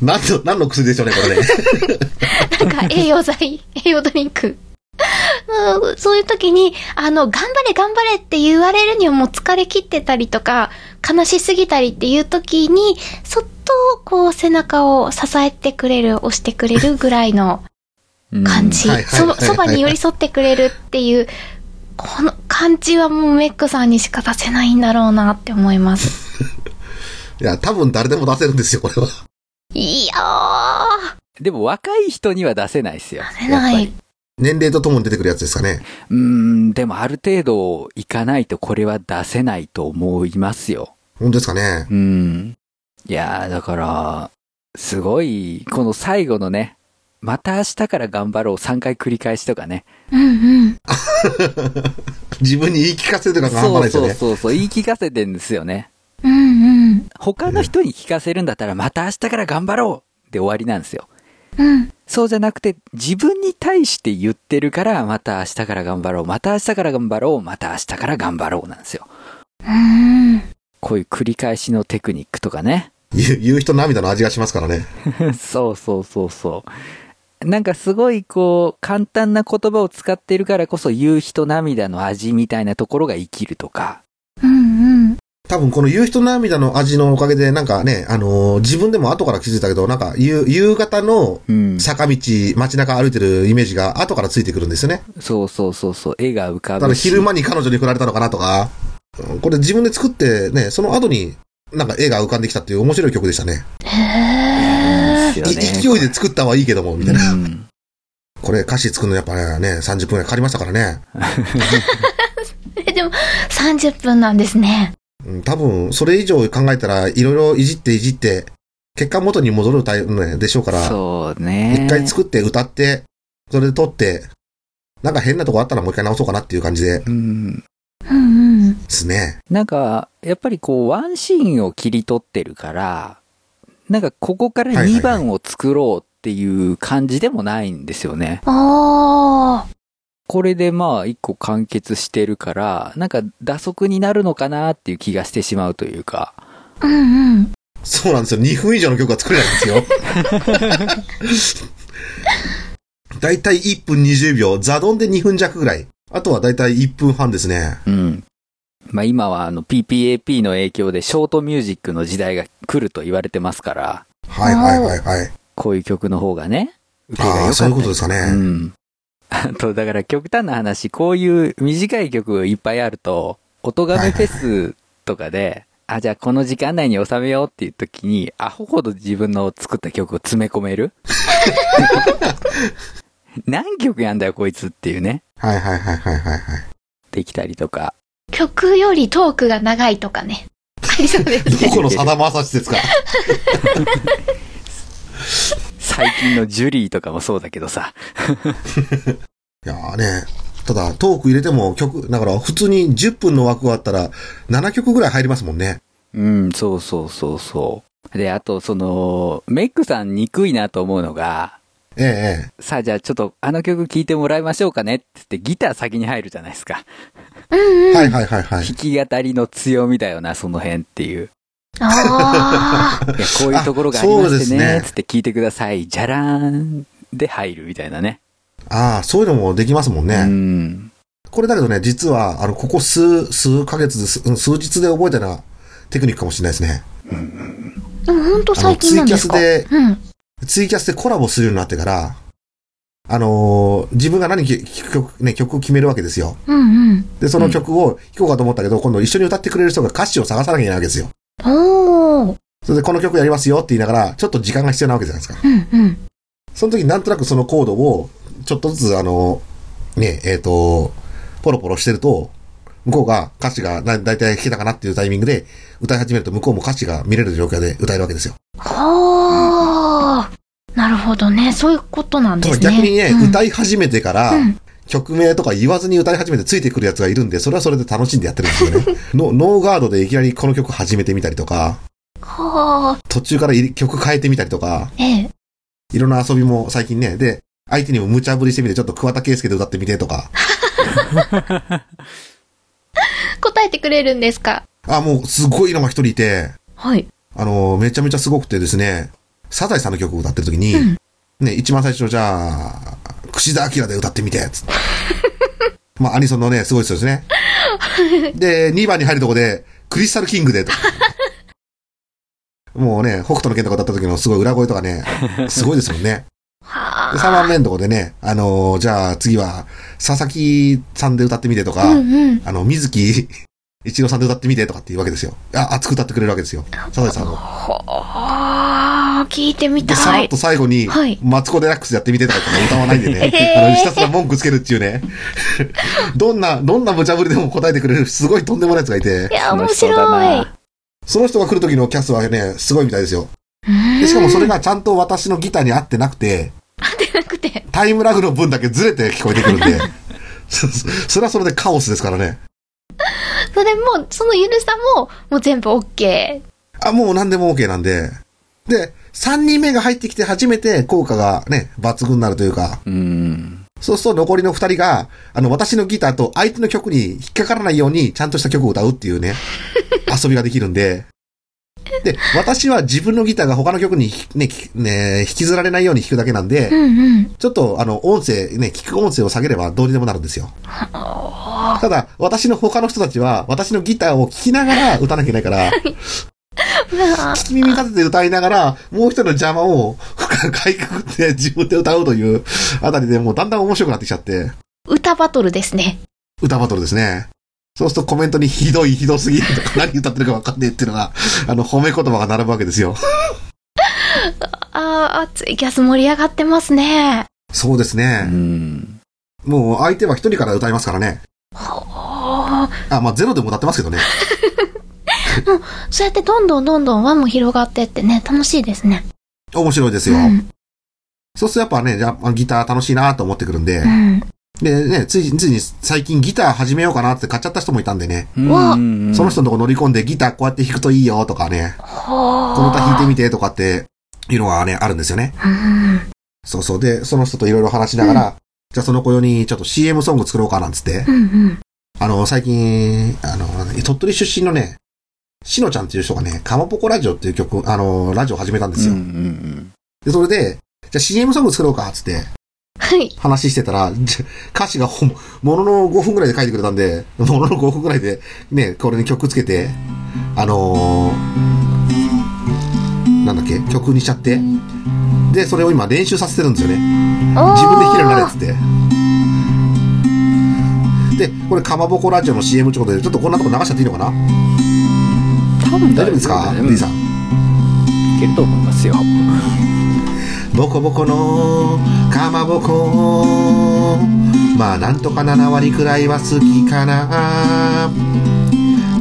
何の、何の薬でしょうね、これね。なんか栄養剤、栄養ドリンク。うんそういう時に、あの、頑張れ頑張れって言われるにはもう疲れ切ってたりとか、悲しすぎたりっていう時に、そっとこう背中を支えてくれる、押してくれるぐらいのうん感じうんはい。はいそはいはいそばに寄り添ってくれるっていう、この感じはもうメックさんにしか出せないんだろうなって思います。いや、多分誰でも出せるんですよ、これは。いやー、でも若い人には出せないですよ。出なやっぱいり。年齢とともに出てくるやつですかね。うーん、でもある程度いかないとこれは出せないと思いますよ。本当ですかね。うん。いやー、だから、すごい、この最後のね、また明日から頑張ろう3回繰り返しとかね。うんうん。自分に言い聞かせるのが半端ないそうですよそうそね。うそう、言い聞かせてんですよね。うんうん。他の人に聞かせるんだったら、また明日から頑張ろうで終わりなんですよ。うん。そうじゃなくて、自分に対して言ってるから、また明日から頑張ろう、また明日から頑張ろう、また明日から頑張ろうなんですよ。うん。こういう繰り返しのテクニックとかね。言う言う人涙の味がしますからね。そうそうそうそう。なんかすごいこう、簡単な言葉を使っているからこそ、夕日と涙の味みたいなところが生きるとか。うんうん。多分この夕日と涙の味のおかげで、なんかね、あのー自分でも後から気づいたけど、なんか夕夕方のうん。坂道、街中歩いてるイメージが後からついてくるんですよね。そうそうそうそう。絵が浮かだかぶらし。昼間に彼女に振られたのかなとか、うんこれ自分で作ってね、その後になんか絵が浮かんできたっていう面白い曲でしたね。ですいよね勢いで作ったはいいけども、みたいな。うんこれ歌詞作るのやっぱね、30分くらいかかりましたからね。えでも、30分なんですね。うん多分、それ以上考えたら、いろいろいじっていじって、結果元に戻るタイプねでしょうから、そうね。一回作って歌って、それで撮って、なんか変なとこあったらもう一回直そうかなっていう感じでうん。うんうん。すね。なんか、やっぱりこう、ワンシーンを切り取ってるから、なんかここからはいはいはい2番を作ろうっていう感じでもないんですよね。おー。これでまあ一個完結してるから、なんか打足になるのかなっていう気がしてしまうというか。うんうん。そうなんですよ。2分以上の曲が作れないんですよ。 [LAUGHS] だいたい1分20秒。ザドンで2分弱ぐらい。あとはだいたい1分半ですね。うん。まあ今はあの PPAP の影響でショートミュージックの時代が来ると言われてますから、はいはいはいはい。こういう曲の方がね、受けが良あかあ、った。そういうことですかね。うん。 [LAUGHS] あと、だから極端な話、こういう短い曲がいっぱいあると、音がめフェスとかで、あ、じゃあこの時間内に収めようっていう時に、アホほど自分の作った曲を詰め込める [LAUGHS] 何曲やんだよこいつっていうね。はいはいはいはいはいはい。できたりとか。曲よりトークが長いとかね。ありそうですね。どこのさだまさしですか最近のジュリーとかもそうだけどさ。いやーね、ただトーク入れても曲、だから普通に10分の枠があったら7曲ぐらい入りますもんね。うん、そうそうそうそう。で、あと、その、メックさん憎いなと思うのが、ええええ。さあじゃあちょっとあの曲聴いてもらいましょうかねって言ってギター先に入るじゃないですか。うんうん。はいはいはいはい。弾き語りの強みだよな、その辺って [LAUGHS] いう。ああ。いや、こういうところがありまあそうでしてすね、ねつって聞いてください。じゃらーんで入るみたいなね。ああ、そういうのもできますもんね。うん。これだけどね、実は、あの、ここ数、数ヶ月です、うん数日で覚えたようなテクニックかもしれないですね。でもほんと最近なんですかあのツイキャスうん。ツイキャスでコラボするようになってから、あのー自分が何き聞く曲、ね、曲を決めるわけですよ。うんうん。で、その曲を弾こうかと思ったけど、今度一緒に歌ってくれる人が歌詞を探さなきゃいけないわけですよ。おー。それで、この曲やりますよって言いながら、ちょっと時間が必要なわけじゃないですか。うんうん。その時、なんとなくそのコードを、ちょっとずつ、あのーね、えっ、と、ポロポロしてると、向こうが歌詞がだだいたい弾けたかなっていうタイミングで歌い始めると向こうも歌詞が見れる状況で歌えるわけですよ。ほー。なるほどね。そういうことなんたでだすね。逆にね、うん歌い始めてから、うん曲名とか言わずに歌い始めてついてくるやつがいるんで、それはそれで楽しんでやってるんですよ [LAUGHS] ね。のノーガードでいきなりこの曲始めてみたりとか、はー。途中からい曲変えてみたりとか、ええ。いろんな遊びも最近ね、で、相手にも無茶ぶりしてみて、ちょっと桑田佳祐で歌ってみてとか、答えてくれるんですかあ、もうすごいのが一人いて、はい。あの、めちゃめちゃすごくてですね、サザエさんの曲を歌ってる時に、うんね、一番最初、じゃあ、串田明で歌ってみて、[LAUGHS] つって。まあ、アニソンのね、すごい人ですね。で、2番に入るとこで、クリスタルキン [LAUGHS] グで、とか。もうね、北斗の剣とか歌った時のすごい裏声とかね、すごいですもんね。はで、ー。 3番目のとこでね、あのーじゃあ次は、佐々木さんで歌ってみてとか、うんうん。あの、水木一郎さんで歌ってみてとかっていうわけですよ。あ、熱く歌ってくれるわけですよ。サザエさんの。はー。聞いてみで、さたらっいと。最後に、はいマツコデラックスやってみてとか言って歌わないんでね、へーあの、ひたすら文句つけるっていうね、 [LAUGHS] どんな、どんな無茶ぶりでも答えてくれる、すごいとんでもないやつがいいて、や、面楽しそうだ白い。な。その人が来る時のキャスはね、すごいみたいですよ。うでんしかもそれがちゃんと私のギターに合ってなくて、じゃなくて。タイムラグの分だけずれて聞こえてくるんで、 [LAUGHS] そそれはそれでカオスですからね。それも、そのゆるさも、もう全部 OK。あ、もう何でも OK なんで。で、3人目が入ってきて初めて効果がね、抜群になるというか、うん。そうすると残りの2人が、あの、私のギターと相手の曲に引っかからないようにちゃんとした曲を歌うっていうね、遊びができるんで。で、私は自分のギターが他の曲にひね、きね、引きずられないように弾くだけなんうで、んうん。ちょっとあの、音声、ね、聞く音声を下げればどうにでもなるんですよ。ただ、私の他の人たちは、私のギターを聴きながら歌わなきゃいけないから、うわ聞き耳立てて歌いながら、もう一人の邪魔を深くかいくぐって自分で歌うというあたりでもうだんだん面白くなってきちゃって、歌バトルですね。歌バトルですね。そうするとコメントにひどいひどすぎるとか何歌ってるかわかんねえっていうのが、 [LAUGHS] あの、褒め言葉が並ぶわけですよ。あー、ツイキャス盛り上がってますね。そうですうね。ん。もう相手は一人から歌いますからね。はー。あ、まあゼロでも歌ってますけどね。そうやってどんどんどんどん輪も広がってってね、楽しいですね。面白いですうよ。ん。そうするとやっぱね、じゃあギター楽しいなと思ってくるんでう。ん。でね、つい、ついに最近ギター始めようかなって買っちゃった人もいたんでね。わうん。その人のとこ乗り込んでギターこうやって弾くといいよとかね。はー。この歌弾いてみてとかっていうのがね、あるんですよね。うん。そうそう。で、その人といろいろ話しながら、じゃあその子用にちょっと CM ソング作ろうかなんつって、うんうん。あの、最近、あの、鳥取出身のね、しのちゃんっていう人がね、かまぽこラジオっていう曲、あの、ラジオ始めたんですうんよ。うんで、それで、じゃあ CM ソング作ろうかっつってはい。話してたら、じゃ歌詞がほん、ものの5分くらいで書いてくれたんで、ものの5分くらいで、ね、これに曲つけて、あのーなんだっけ曲にしちゃって、で、それを今練習させてるんですよね。自自分で弾けるようになれっつって。で、これ、かまぼこラジオの CM ってことで、ちょっとこんなとこ流しちゃっていいのかな多分大丈夫ですかう ?D さん。いけると思いますよ。あボコボコのかまぼこまあなんとか7割くらいは好きかな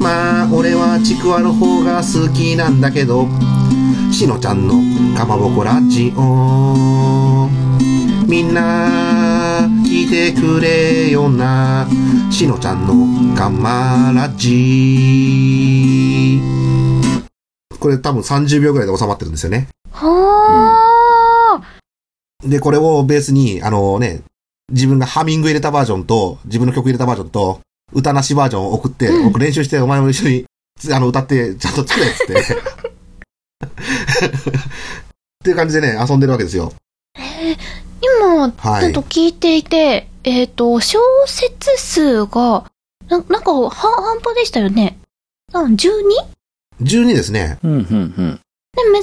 まあ俺はちくわの方が好きなんだけどしのちゃんのかまぼこラジオみんな聞いてくれよなしのちゃんのかまラジこれ多分30秒ぐらいで収まってるんですよねほー。で、これをベースに、あのね、自分がハミング入れたバージョンと、自分の曲入れたバージョンと、歌なしバージョンを送って、うん僕練習して、お前も一緒に、つあの、歌って、ちゃんと作れっつって。 [LAUGHS] っていう感じでね、遊んでるわけですよ。今、はいちょっと聞いていて、えっ、と、小説数が、ななんか半、半端でしたよね。うん 12? 12ですね。うん、うん、ね、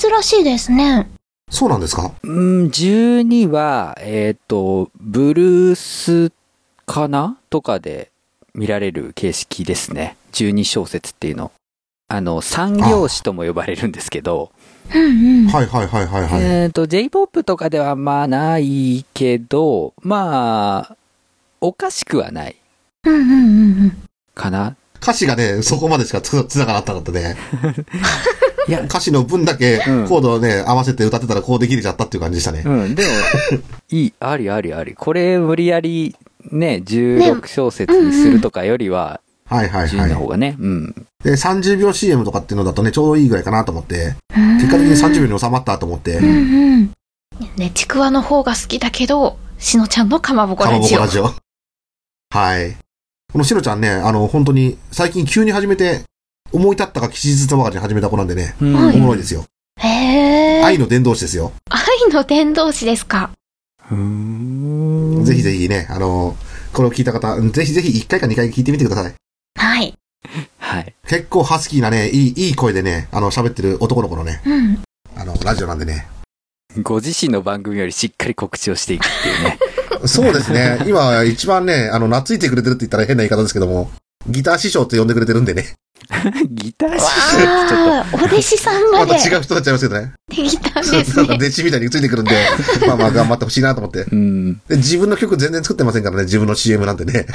珍しいですね。そうなんですかうん。うん、12は、えっ、と、ブルースかなとかで見られる形式ですね。12小節っていうの。あの、三行詞とも呼ばれるんですけど、うんうん。はいはいはいはいはい。えっ、と、J-POP とかではまあないけど、まあ、おかしくはないうんうんうんうん。かな。歌詞がね、そこまでしかつつながらなかっ [LAUGHS] たね。いや、歌詞の分だけうんコードをね、合わせて歌ってたらこうできれちゃったっていう感じでしたね。うん、でも、 [LAUGHS] いい、ありありあり。これ、無理やり、ね、16小節にするとかよりは、はいはい12のは方がね、うん。い。で、30秒 CM とかっていうのだとね、ちょうどいいぐらいかなと思って、結結果的に30秒に収まったと思って、うんうん。ね、ちくわの方が好きだけど、しのちゃんのかまぼこかまラぼジこオ。ラジオ。はい。このしのちゃんね、あの、本当に、最近急に始めて、思い立ったか吉日とばかりに始めた子なんでね、うんはおもろいですよ。へー。愛の伝道師ですよ。愛の伝道師ですか。うんぜひぜひね、あの、これを聞いた方、ぜひぜひ1回か2回聞いてみてください。はい。はい。結構ハスキーなね、いい、いい声でね、あの、喋ってる男の子のね、 [LAUGHS] うん。あの、ラジオなんでね。ご自身の番組よりしっかり告知をしていくっていうね。そうです [LAUGHS] ね。今、一番ね、あの、懐いてくれてるって言ったら変な言い方ですけども、ギター師匠って呼んでくれてるんでね。 [LAUGHS] ギター師匠ちょっわー、お弟子さんま [LAUGHS] までたで違う人になっちゃいますけどね。きたんそうです [LAUGHS] なんかね。弟子みたいについてくる [LAUGHS] んで、まあまあ頑張ってほしいなと思って。と。うん。で、自分の曲全然作ってませんからね、自分の CM なん [LAUGHS] てね。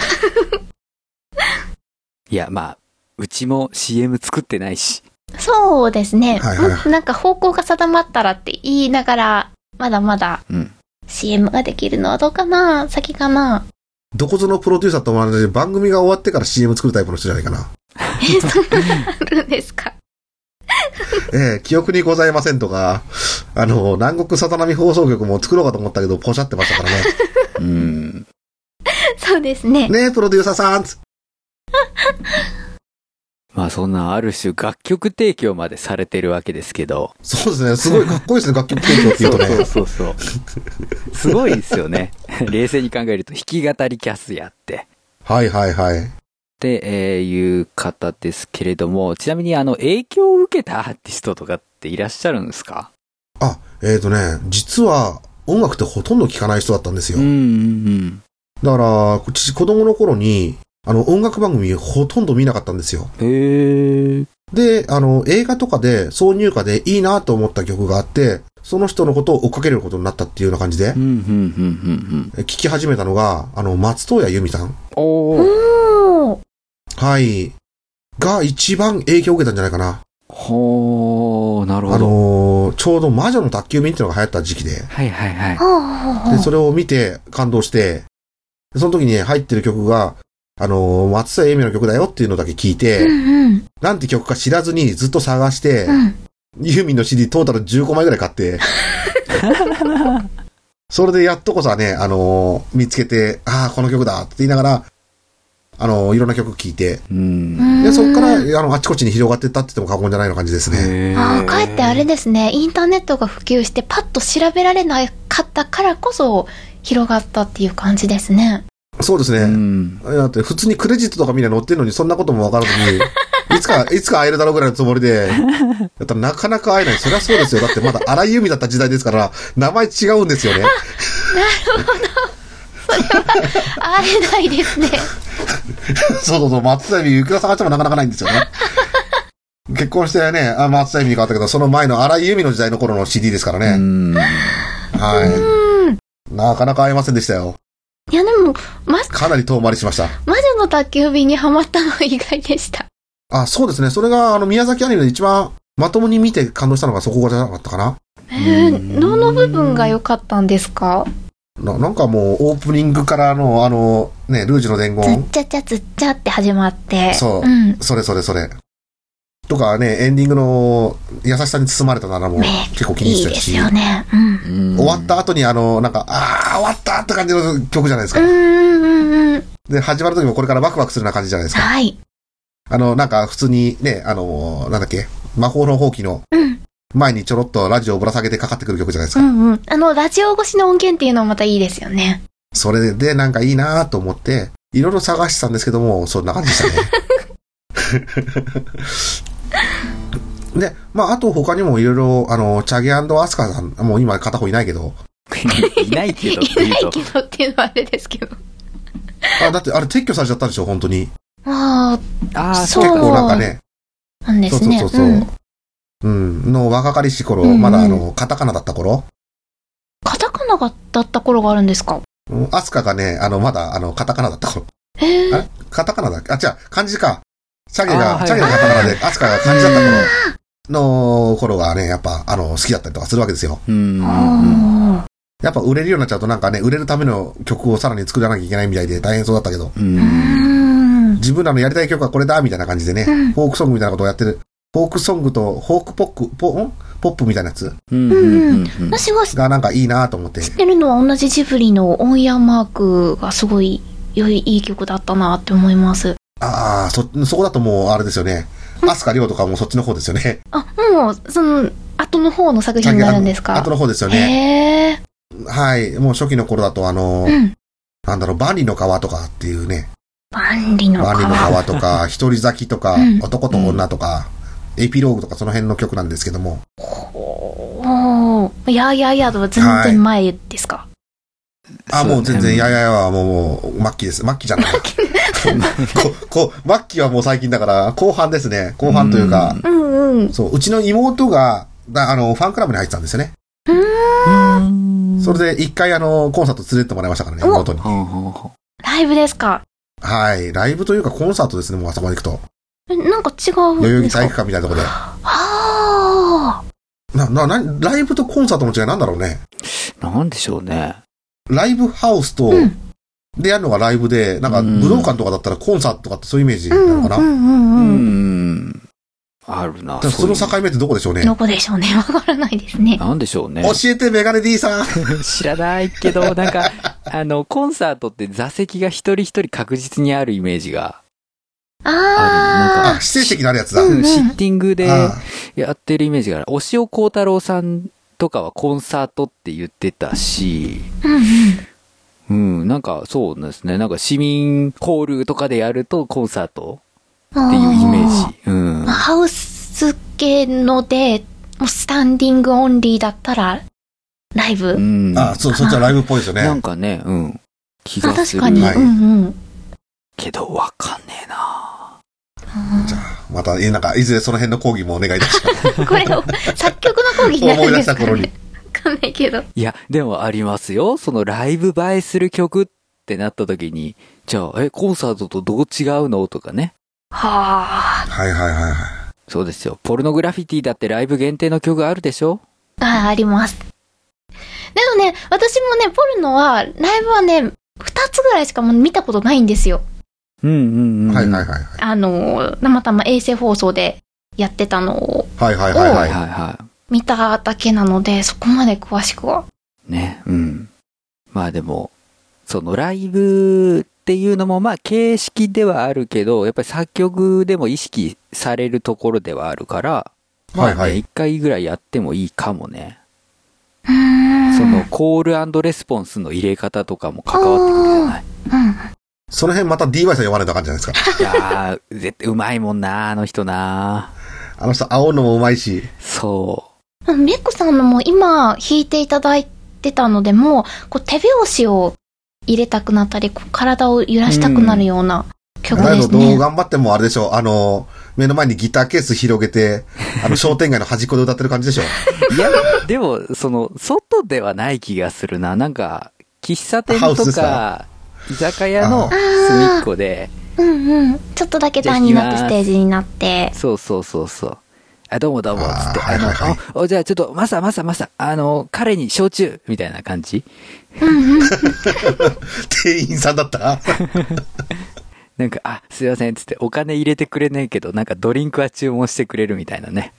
いや、まあ、うちも CM 作ってないし。そうですね、はいはいはなんか方向が定まったらって言いながら、まだまだうん。 CM ができるのはどうかな先か [LAUGHS] などこぞのプロデューサーと同じで番組が終わってから CM 作るタイプの人じゃないかな。え、そんなのあるんですかええ記憶にございませんとか、あの、南国さざ波放送局も作ろうかと思ったけど、ポシャってましたから [LAUGHS] ね。うん。そうですね。ねえ、プロデューサーさんつまあ、そんな、ある種、楽曲提供までされてるわけですけど。そうですね、すごいかっこいいですね、楽曲提供っていうとね。 [LAUGHS] そうそうそうそう。すごいですよね。冷静に考えると、弾き語りキャスやって。はいはいはい。って、えーいう方ですけれども、ちなみにあの、影響を受けたアーティストとかっていらっしゃるんですかあ、えっ、とね、実は音楽ってほとんど聴かない人だったんですよ。うんうんだから、こち子供の頃に、あの、音楽番組ほとんど見なかったんですよ。うん。へえ。で、あの、映画とかで挿入歌でいいなと思った曲があって、その人のことを追っかけることになったっていうような感じでうん、うんうん聞き始めたのが、あの、松任谷由実さん。うんうん。おー。おー。はい。が一番影響を受けたんじゃないかな。ほー、なるあほど。のーちょうど魔女の宅急便っていうのが流行った時期で、はいはいはい。ほうほうほうで、それを見て感動して、でその時に入ってる曲が、あのー松任谷由実の曲だよっていうのだけ聞いて、うんうん。なんて曲か知らずにずっと探して、うん。ユーミンの CD トータル15枚ぐらい買って、それでやっとこさね、あのー見つけて、ああ、この曲だって言いながら、あのーいろんな曲聴いて、うん。うでんそこから、あの、あちこちに広がってったって言っても過言じゃないような感じですね。へーああ、かえってあれですね、インターネットが普及してパッと調べられなかったからこそ広がったっていう感じですね。そうですうね。ん。だって普通にクレジットとかみんな載ってるのにそんなこともわからずに、いつか、いつか会えるだろうぐらいのつもりで、だったらなかなか会えない。そりゃそうですよ。だってまだ荒井由実だった時代ですから、名前違うんですよね。会えないです [LAUGHS] ね。そうそうそう、松田由美、ゆきら探してもなかなかないんですよ [LAUGHS] ね。結婚してね、あ松田由美に変わったけど、その前の荒井由美の時代の頃の CD ですからうね。ん。はうん。い。なかなか会えませんでしたよ。いやでも、ま、かなり遠回りしました。魔女の宅急便にハマったのは意外でした。あ、そうですね。それが、あの、宮崎アニメで一番まともに見て感動したのがそこじゃなかったかな。えうんー、どの部分が良かったんですかななんかもう、オープニングからの、あの、ね、ルージュの伝つっ言。ちゃちゃつっちゃって始まって。そううん。それそれそれ。とかね、エンディングの優しさに包まれたならもうね結構気にいいしてでたし。すよね。うん。終終わった後にあの、なんか、あー、終わったって感じの曲じゃないですうか。んうんうんうん。で、始まる時もこれからワクワクするような感じじゃないですか。はい。あの、なんか普通にね、あの、なんだっけ、魔法の放棄のうん。前にちょろっとラジオをぶら下げてかかってくる曲じゃないですうか。んうん。あの、ラジオ越しの音源っていうのもまたいいですよね。それでなんかいいなと思って、いろいろ探してたんですけども、そんな感じでしたね。で、まあ、あと他にもいろいろ、あの、チャゲアスカさん、もう今片方いないけど、いないけいどって言ないうとけどっていうのはあれですけど。あ、だってあれ撤去されちゃったんでしょ、本当に。ああ、ああそそうう結構なんかね、なんでそうすそうね。そうそう。うんの若かりし頃、うんうんまだあの、カタカナだった頃、カタカナがだった頃があるんですかうんアスカがね、あの、まだあの、カタカナだった頃。 [LAUGHS] へえあれカタカナだっけあ、違う、漢字か。チャゲあーがは、いチャゲがカタカナで、アスカが漢字だった頃の頃がね、やっぱ、あの、好きだったりとかするわけですよ。うんあやっぱ売れるようになっちゃうとなんかね、売れるための曲をさらに作らなきゃいけないみたいで大変そうだったけど、うーうんん。自分らのやりたい曲はこれだみたいな感じでね、うんフォークソングみたいなことをやってる。フォークソングと、フォークポック、ポ、んポップみたいなやつうんうんうん私が知っがなんかいいなと思って。てるのは同じジブリのオンヤマークがすごい良いいい曲だったなって思います。ああ、そ、そこだともうあれですよね。アスカリョウとかもそっちの方です [LAUGHS] よね。あ、もう、その、後の方の作品になるんですあか後の方ですよへね。え。はい。もう初期の頃だとあの、うん。なんだろう、万里の川とかっていうね、万里の万里の川。川と [LAUGHS] か、一人咲きとか、うん男と女とか、エピローグとかその辺の曲なんですけども、おー。いやいやいやとは全然前ですか。あ、もう全然、いやいやいやはもう、末期です。末期じ [LAUGHS] ゃない。こ、こ、末期はもう最近だから、後半ですね。後半というか、うんうん。そう、うちの妹が、だあの、ファンクラブに入ってたんですよね。うんそれで一回あの、コンサート連れてってもらいましたからね、お妹に。ほうほうほライブですか。はい。ライブというかコンサートですね、もうあそこに行くと。えなんか違代うん々で木すか体育館みたいなところで。あな、な、な、ライブとコンサートの違いなんだろうね。うなんでしょうね。ライブハウスと、うんでやるのがライブで、なんかうん武道館とかだったらコンサートとかってそういうイメージあ。うなんのかな、うんううんうん。ん。あるな。だからそのういう境目ってどこでしょうね。どこでしょうね。わからないですね。なんでしょうね。教えてメガネ D さん。 [LAUGHS] 知らないけど、なんか、あの、コンサートって座席が一人一人確実にあるイメージが、あ、あ指定席になるやつだ。うんシッティングであやってるイメージがある。押尾幸太郎さんとかはコンサートって言ってたし、あ。うんうん。うん、なんかそうなんですね。なんか市民ホールとかでやるとコンサートっっていうイメージ。うんまあ。ハウス系ので、もうスタンディングオンリーだったら、ライブ。うん。あ、そう、そっちはライブっぽいですよなねん。かね、うん。気まあがす確る。かに。はいうんうん。けど、わかんねえな。じゃあ、また、えなんか、いずれその辺の講義もお願いいたしま [LAUGHS] す。これを、作曲の講義にな思るいん出でしすたか頃ねに。。わかんないけど。いや、でもありますよ。そのライブ映えする曲ってなった時に、じゃあ、え、コンサートとどう違うのとかね。はあ。はいはいはいはい。そうですよ。ポルノグラフィティだってライブ限定の曲あるでしょああ、あります。でもね、私もね、ポルノは、ライブはね、二つぐらいしかもう見たことないんですよ。うんうんうん。はいはいはいい。はい。あの、たまたま衛星放送でやってたのをはいはいはいははいい。はいは見ただけなので、そこまで詳しくは。い。ね。うん。まあでも、そのライブっていうのも、まあ形式ではあるけど、やっぱり作曲でも意識されるところではあるから、まあはいはいね一回ぐらいやってもいいかもね。うーん。その、コールレスポンスの入れ方とかも関わってくるじゃないうん。その辺また DY さん呼ばれた感じゃないですか。いやー、絶対うまいもんな、あの人な。あの人、青のもうまいし。そメッコさんのも今弾いていただいてたのでもうこう手拍子を入れたくなったりこう体を揺らしたくなるような曲でだけどすどうね。頑張ってもあれでしょう。あの、目の前にギターケース広げて、[LAUGHS] あの、商店街の端っこで歌ってる感じでしょ。いや、でも、その、外ではない気がするな。なんか、喫茶店ハウスとですかか、居酒屋のあ隅っこで、うんうん。ちょっとだけ段になってステージになって。そうそうそうそう。あ、どうもどうも、つって。あーあの、はいはいはいあおじゃあちょっと、マサマサマサ、あの、彼に焼酎みたいな感じ店員さんだったなんか、あ、すいません、つって、お金入れてくれねえけど、なんかドリンクは注文してくれるみたいな [LAUGHS] ね。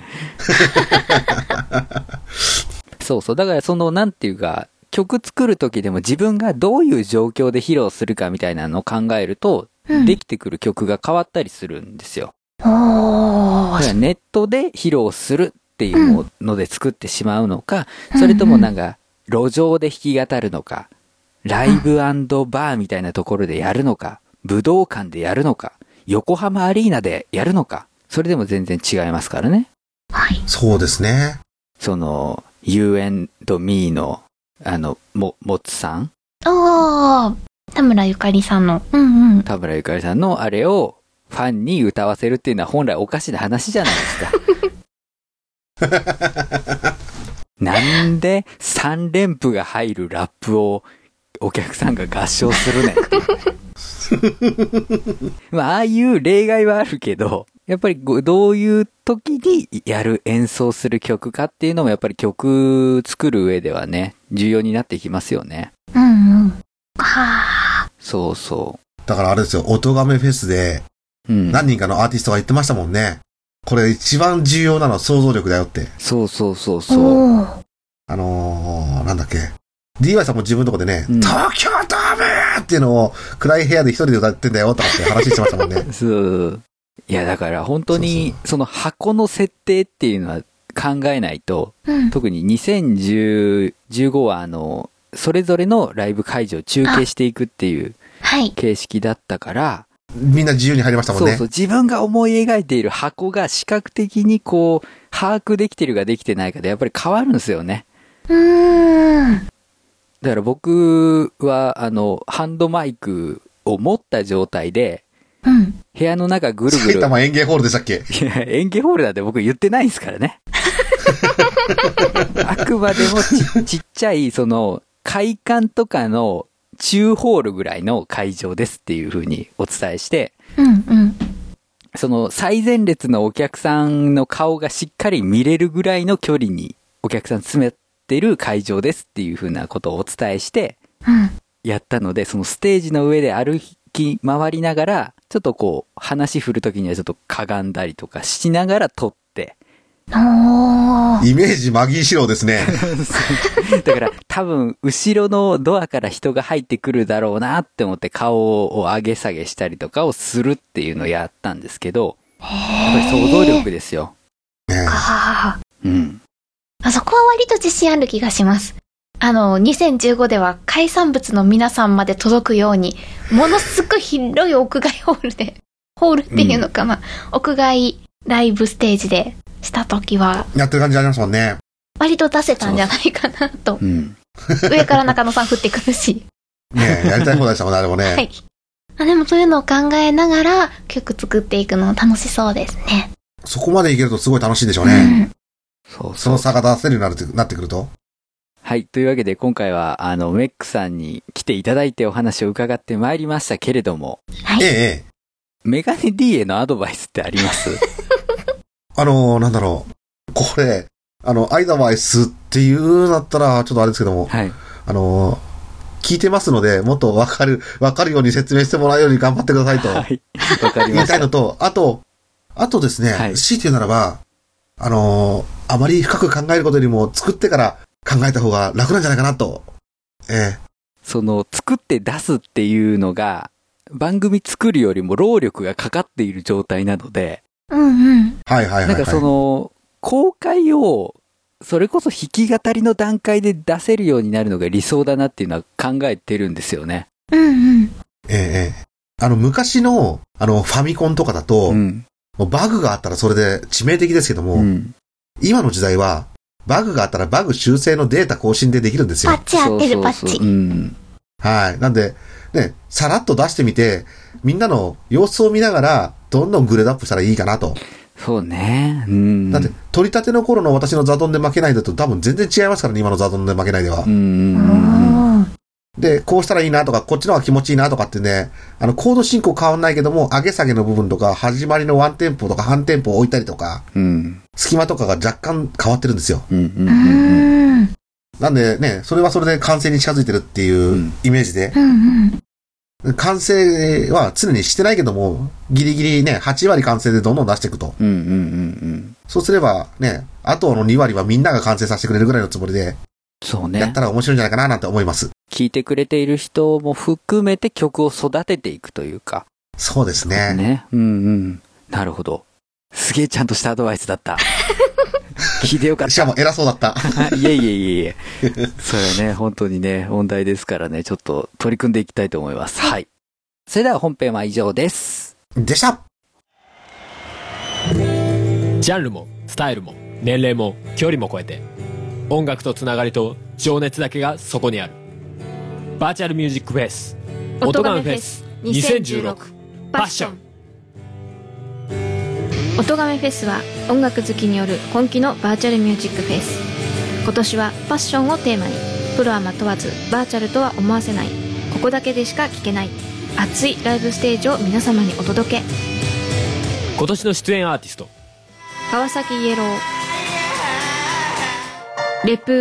そうそう。だから、その、なんていうか、曲作る時でも自分がどういう状況で披露するかみたいなのを考えると、うんできてくる曲が変わったりするんですよ。おだからー。ネットで披露するっていうので作ってしまうのか、うんそれともなんか、路上で弾き語るのか、ライブバーみたいなところでやるのか、武道館でやるのか、横浜アリーナでやるのか、それでも全然違いますからね。はい。そうで [LAUGHS] すね。その、You and Me の、あの、も、もつさん、おー。田村ゆかりさんの。うんうん。田村ゆかりさんのあれをファンに歌わせるっていうのは本来おかしな話じゃないですか。なんで3連符が入るラップをお客さんが合唱す [LAUGHS] るねん。まあ、ああいう例外はあるけど、やっぱりごどういう時にやる演奏する曲かっていうのもやっぱり曲作る上ではね、重要になってきますよね。うんうん。はそうそだからあれですよ、音亀フェスで、う。うん。何人かのアーティストが言ってましたもんね。これ一番重要なのは想像力だよって。そうそうそうー。そう。おー。あのー、なんだっけ。DY さんも自分のとこでね、うん。東京ドームっていうのを暗い部屋で一人で歌ってんだよとかって話してましたもんね [LAUGHS] そう。いや、だから本当にそう、その箱の設定っていうのは考えないと、うん。特に2015はあの、それぞれのライブ会場を中継していくっていうはい。形式だったから、みんな自由に入りましたもんそうね。そう、自分が思い描いている箱が視覚的にこう、把握できてるかできてないかでやっぱり変わるんですよね。うーん。だから僕は、あの、ハンドマイクを持った状態で、うん。部屋の中ぐるぐ埼る玉園芸ホールでしたっけい [LAUGHS] や、演技ホールだって僕言ってないですからね。あくまでもちちっちゃい、その、会館とかの中ホールぐらいの会場ですっていうふうにお伝えして、うんうん。その最前列のお客さんの顔がしっかり見れるぐらいの距離にお客さん詰めてる会場ですっていうふうなことをお伝えして、うん。やったので、そのステージの上で歩き回りながら、ちょっとこう、話振るときにはちょっとかがんだりとかしながら撮って、おー。イメージマギーシローで [LAUGHS] すね。 [LAUGHS] だから多分後ろのドアから人が入ってくるだろうなって思って顔を上げ下げしたりとかをするっていうのをやったんですけど、やっぱり想像力ですよ。ねあうん。ーあそこは割と自信ある気がします。あの、2015では海産物の皆さんまで届くように、ものすごい広い屋外ホールで、ホールっていうのかな、屋外ライブステージでした時は、やってる感じありますもんね。割と出せたんじゃないかなとう。ん。上から中野さん降ってく [LAUGHS] るし。ね [LAUGHS] やりたい放題でしたもんね、あれもね。はい。あでもそういうのを考えながら曲作っていくの楽しそうですね。そこまでいけるとすごい楽しいんでしょううね。ん。そうそそのう。差が出せるようになってなってくると。はい。というわけで今回はあの、メックさんに来ていただいてお話を伺ってまいりましたけれども、はいええ、ええ。メガネ D へのアドバイスってありますあのー、なんだろう。これ、あの、アイダバイスっていうんだったら、ちょっとあれですけども、はい。あのー、聞いてますので、もっとわかる、わかるように説明してもらうように頑張ってくださいとはい。わかり言まいしたいのと、あと、あとですね、はい強いて言うならば、あのーあまり深く考えることよりも作ってから考えた方が楽なんじゃないかなと。えその作って出すっていうのが番組作るよりも労力がかかっている状態なので、うんうん。えはいはいはい、なはんい。かその公開をそれこそ弾き語りの段階で出せるようになるのが理想だなっていうのは考えてるんですよね。うんうん。ええええあの、昔の、あの、ファミコンとかだと、うん。もうバグがあったらそれで致命的ですけども、うん。今の時代は、バグがあったらバグ修正のデータ更新でできるんですよパ。ッチ合ってるパッそうそうチそう。うん。はい。なんで、ね、さらっと出してみて、みんなの様子を見ながら、どんどんグレードアップしたらいいかなと。そうね。うん。だって、取り立ての頃の私のザドンで負けないだと多分全然違いますからね、今のザドンで負けないではう。ん。あで、こうしたらいいなとか、こっちの方が気持ちいいなとかってね、あの、コード進行変わんないけども、上げ下げの部分とか、始まりのワンテンポとか半テンポを置いたりとか、うん。隙間とかが若干変わってるんですよ。うん。ーうん。なんでね、それはそれで完成に近づいてるっていうイメージで、うんうん。完成は常にしてないけども、ギリギリね、8割完成でどんどん出していくと。うん。うん。うん。そうすればね、あとの2割はみんなが完成させてくれるぐらいのつもりで、そうやっねた。ら面白いんじゃないかななんて思います。聞いてくれている人も含めて曲を育てていくというか。そうですね。ね。うんうん。なるほど。すげえちゃんとしたアドバイスだった。聞いてよかっしかも偉そうだった。た。 [LAUGHS] いえいえいえいえ。それはね、本当にね、問題ですからね、ちょっと取り組んでいきたいと思います。はい。それでは本編は以上です。 [LAUGHS] でしたジャンルもスタイルも年齢も距離も超えて音楽とつながりと情熱だけがそこにあるバーチャルミュージックフェス音ガンフェス2016パッション音がめフェスは音楽好きによる本気のバーチャルミュージックフェス今年はパッションをテーマにプロアマ問わずバーチャルとは思わせないここだけでしか聴けない熱いライブステージを皆様にお届け今年の出演アーティスト川崎イエローレプ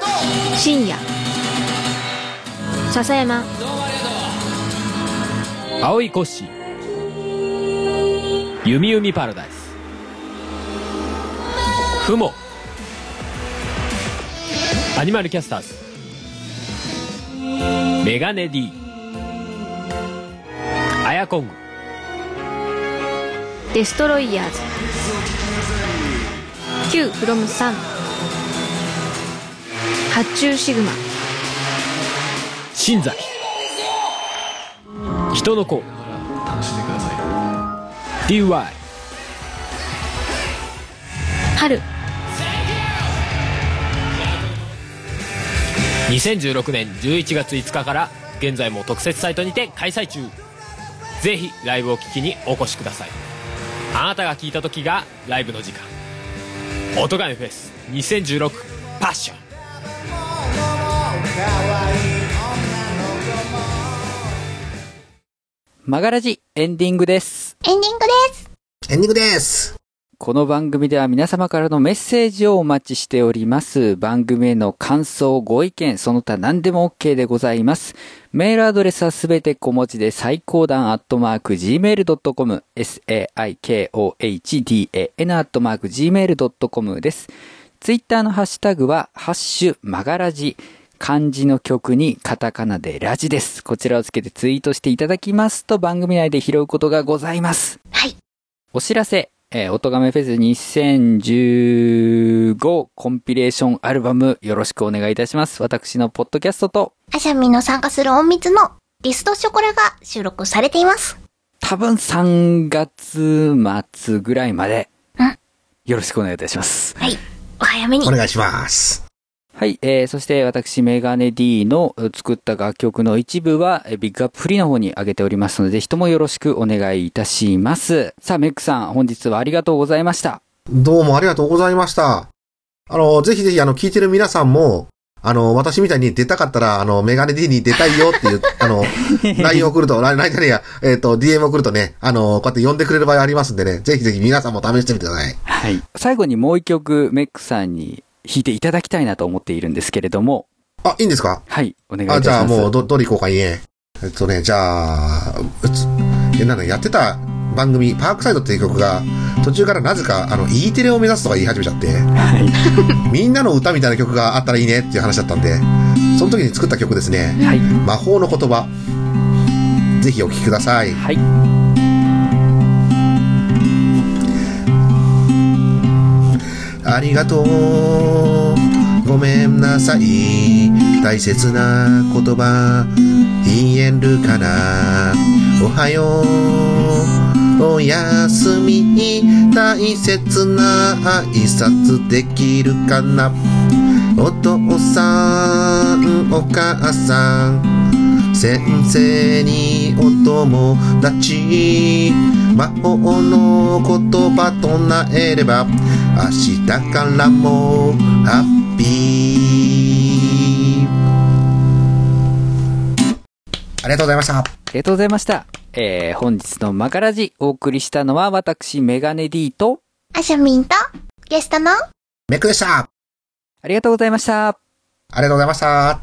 ー深夜笹山青いコッシー弓弓パラダイスふもアニマルキャスターズメガネ D アヤコングデストロイヤーズ Q from 3発注シグマ新崎人の子 DY 春2016年11月5日から現在も特設サイトにて開催中ぜひライブを聞きにお越しくださいあなたが聞いた時がライブの時間「音亀フェス2016パッション」マガラジエンディングです。エンディングです。エンディングですこの番組では皆様からのメッセージをお待ちしております。番組への感想、ご意見、その他何でも OK でございます。メールアドレスはすべて小文字で最高段アットマーク gmail.com saikohdan アットマーク gmail.com です。ツイッターのハッシュタグは、ハッシュ、マガラジ。漢字の曲にカタカナでラジです。こちらをつけてツイートしていただきますと番組内で拾うことがございます。はい。お知らせ、えー、おとがめフェス2015コンピレーションアルバムよろしくお願いいたします。私のポッドキャストとアシャミンの参加する音密のリストショコラが収録されています。多分3月末ぐらいまでうんよろしくお願いいたします。お早めに。お願いします。はい、えー、そして私メガネ D のえー作った楽曲の一部はえービッグアップフリーの方に上げておりますのでぜひともよろしくお願いいたします。さあメックさん本日はありがとうございました。どうもありがとうございました。あの、ぜひぜひ、あの、聞いてる皆さんも、あの、私みたいに出たかったら、あの、メガネ D に出たいよって [LAUGHS] いう、あの、LINE 送ると、LINE じゃねえや、えっ、と、DM 送るとね、あの、こうやって呼んでくれる場合ありますんでね、ぜひぜひ皆さんも試してみてください。はい。最後にもう一曲、メックさんに弾いていただきたいなと思っているんですけれども、あ、いいんですかはい、お願いいたします。あ、じゃあもう、ど、どれ行こうかいいね。えっとね、じゃあ、うつえ、なんだ、やってた番組、パークサイドっていう曲が、途中からなぜか、あの、E テレを目指すとか言い始めちゃって、はみんなの歌みたいな曲があったらいいねっていう話だったんで、その時に作った曲ですね。い。はい。魔法の言葉。ぜひお聴きください。はい。ありがとう。ごめんなさい。大切な言葉、言えるかな。おはよう。おやすみ。大切な挨拶できるかな。お父さんお母さん先生にお友達魔法の言葉唱えれば明日からもハッピーありがとうございましたありがとうございました。えー、本日のマカラジ、お送りしたのは私、メガネ D と、アシャミンと、ゲストの、メックでしたあありがとうございました。りがとうございました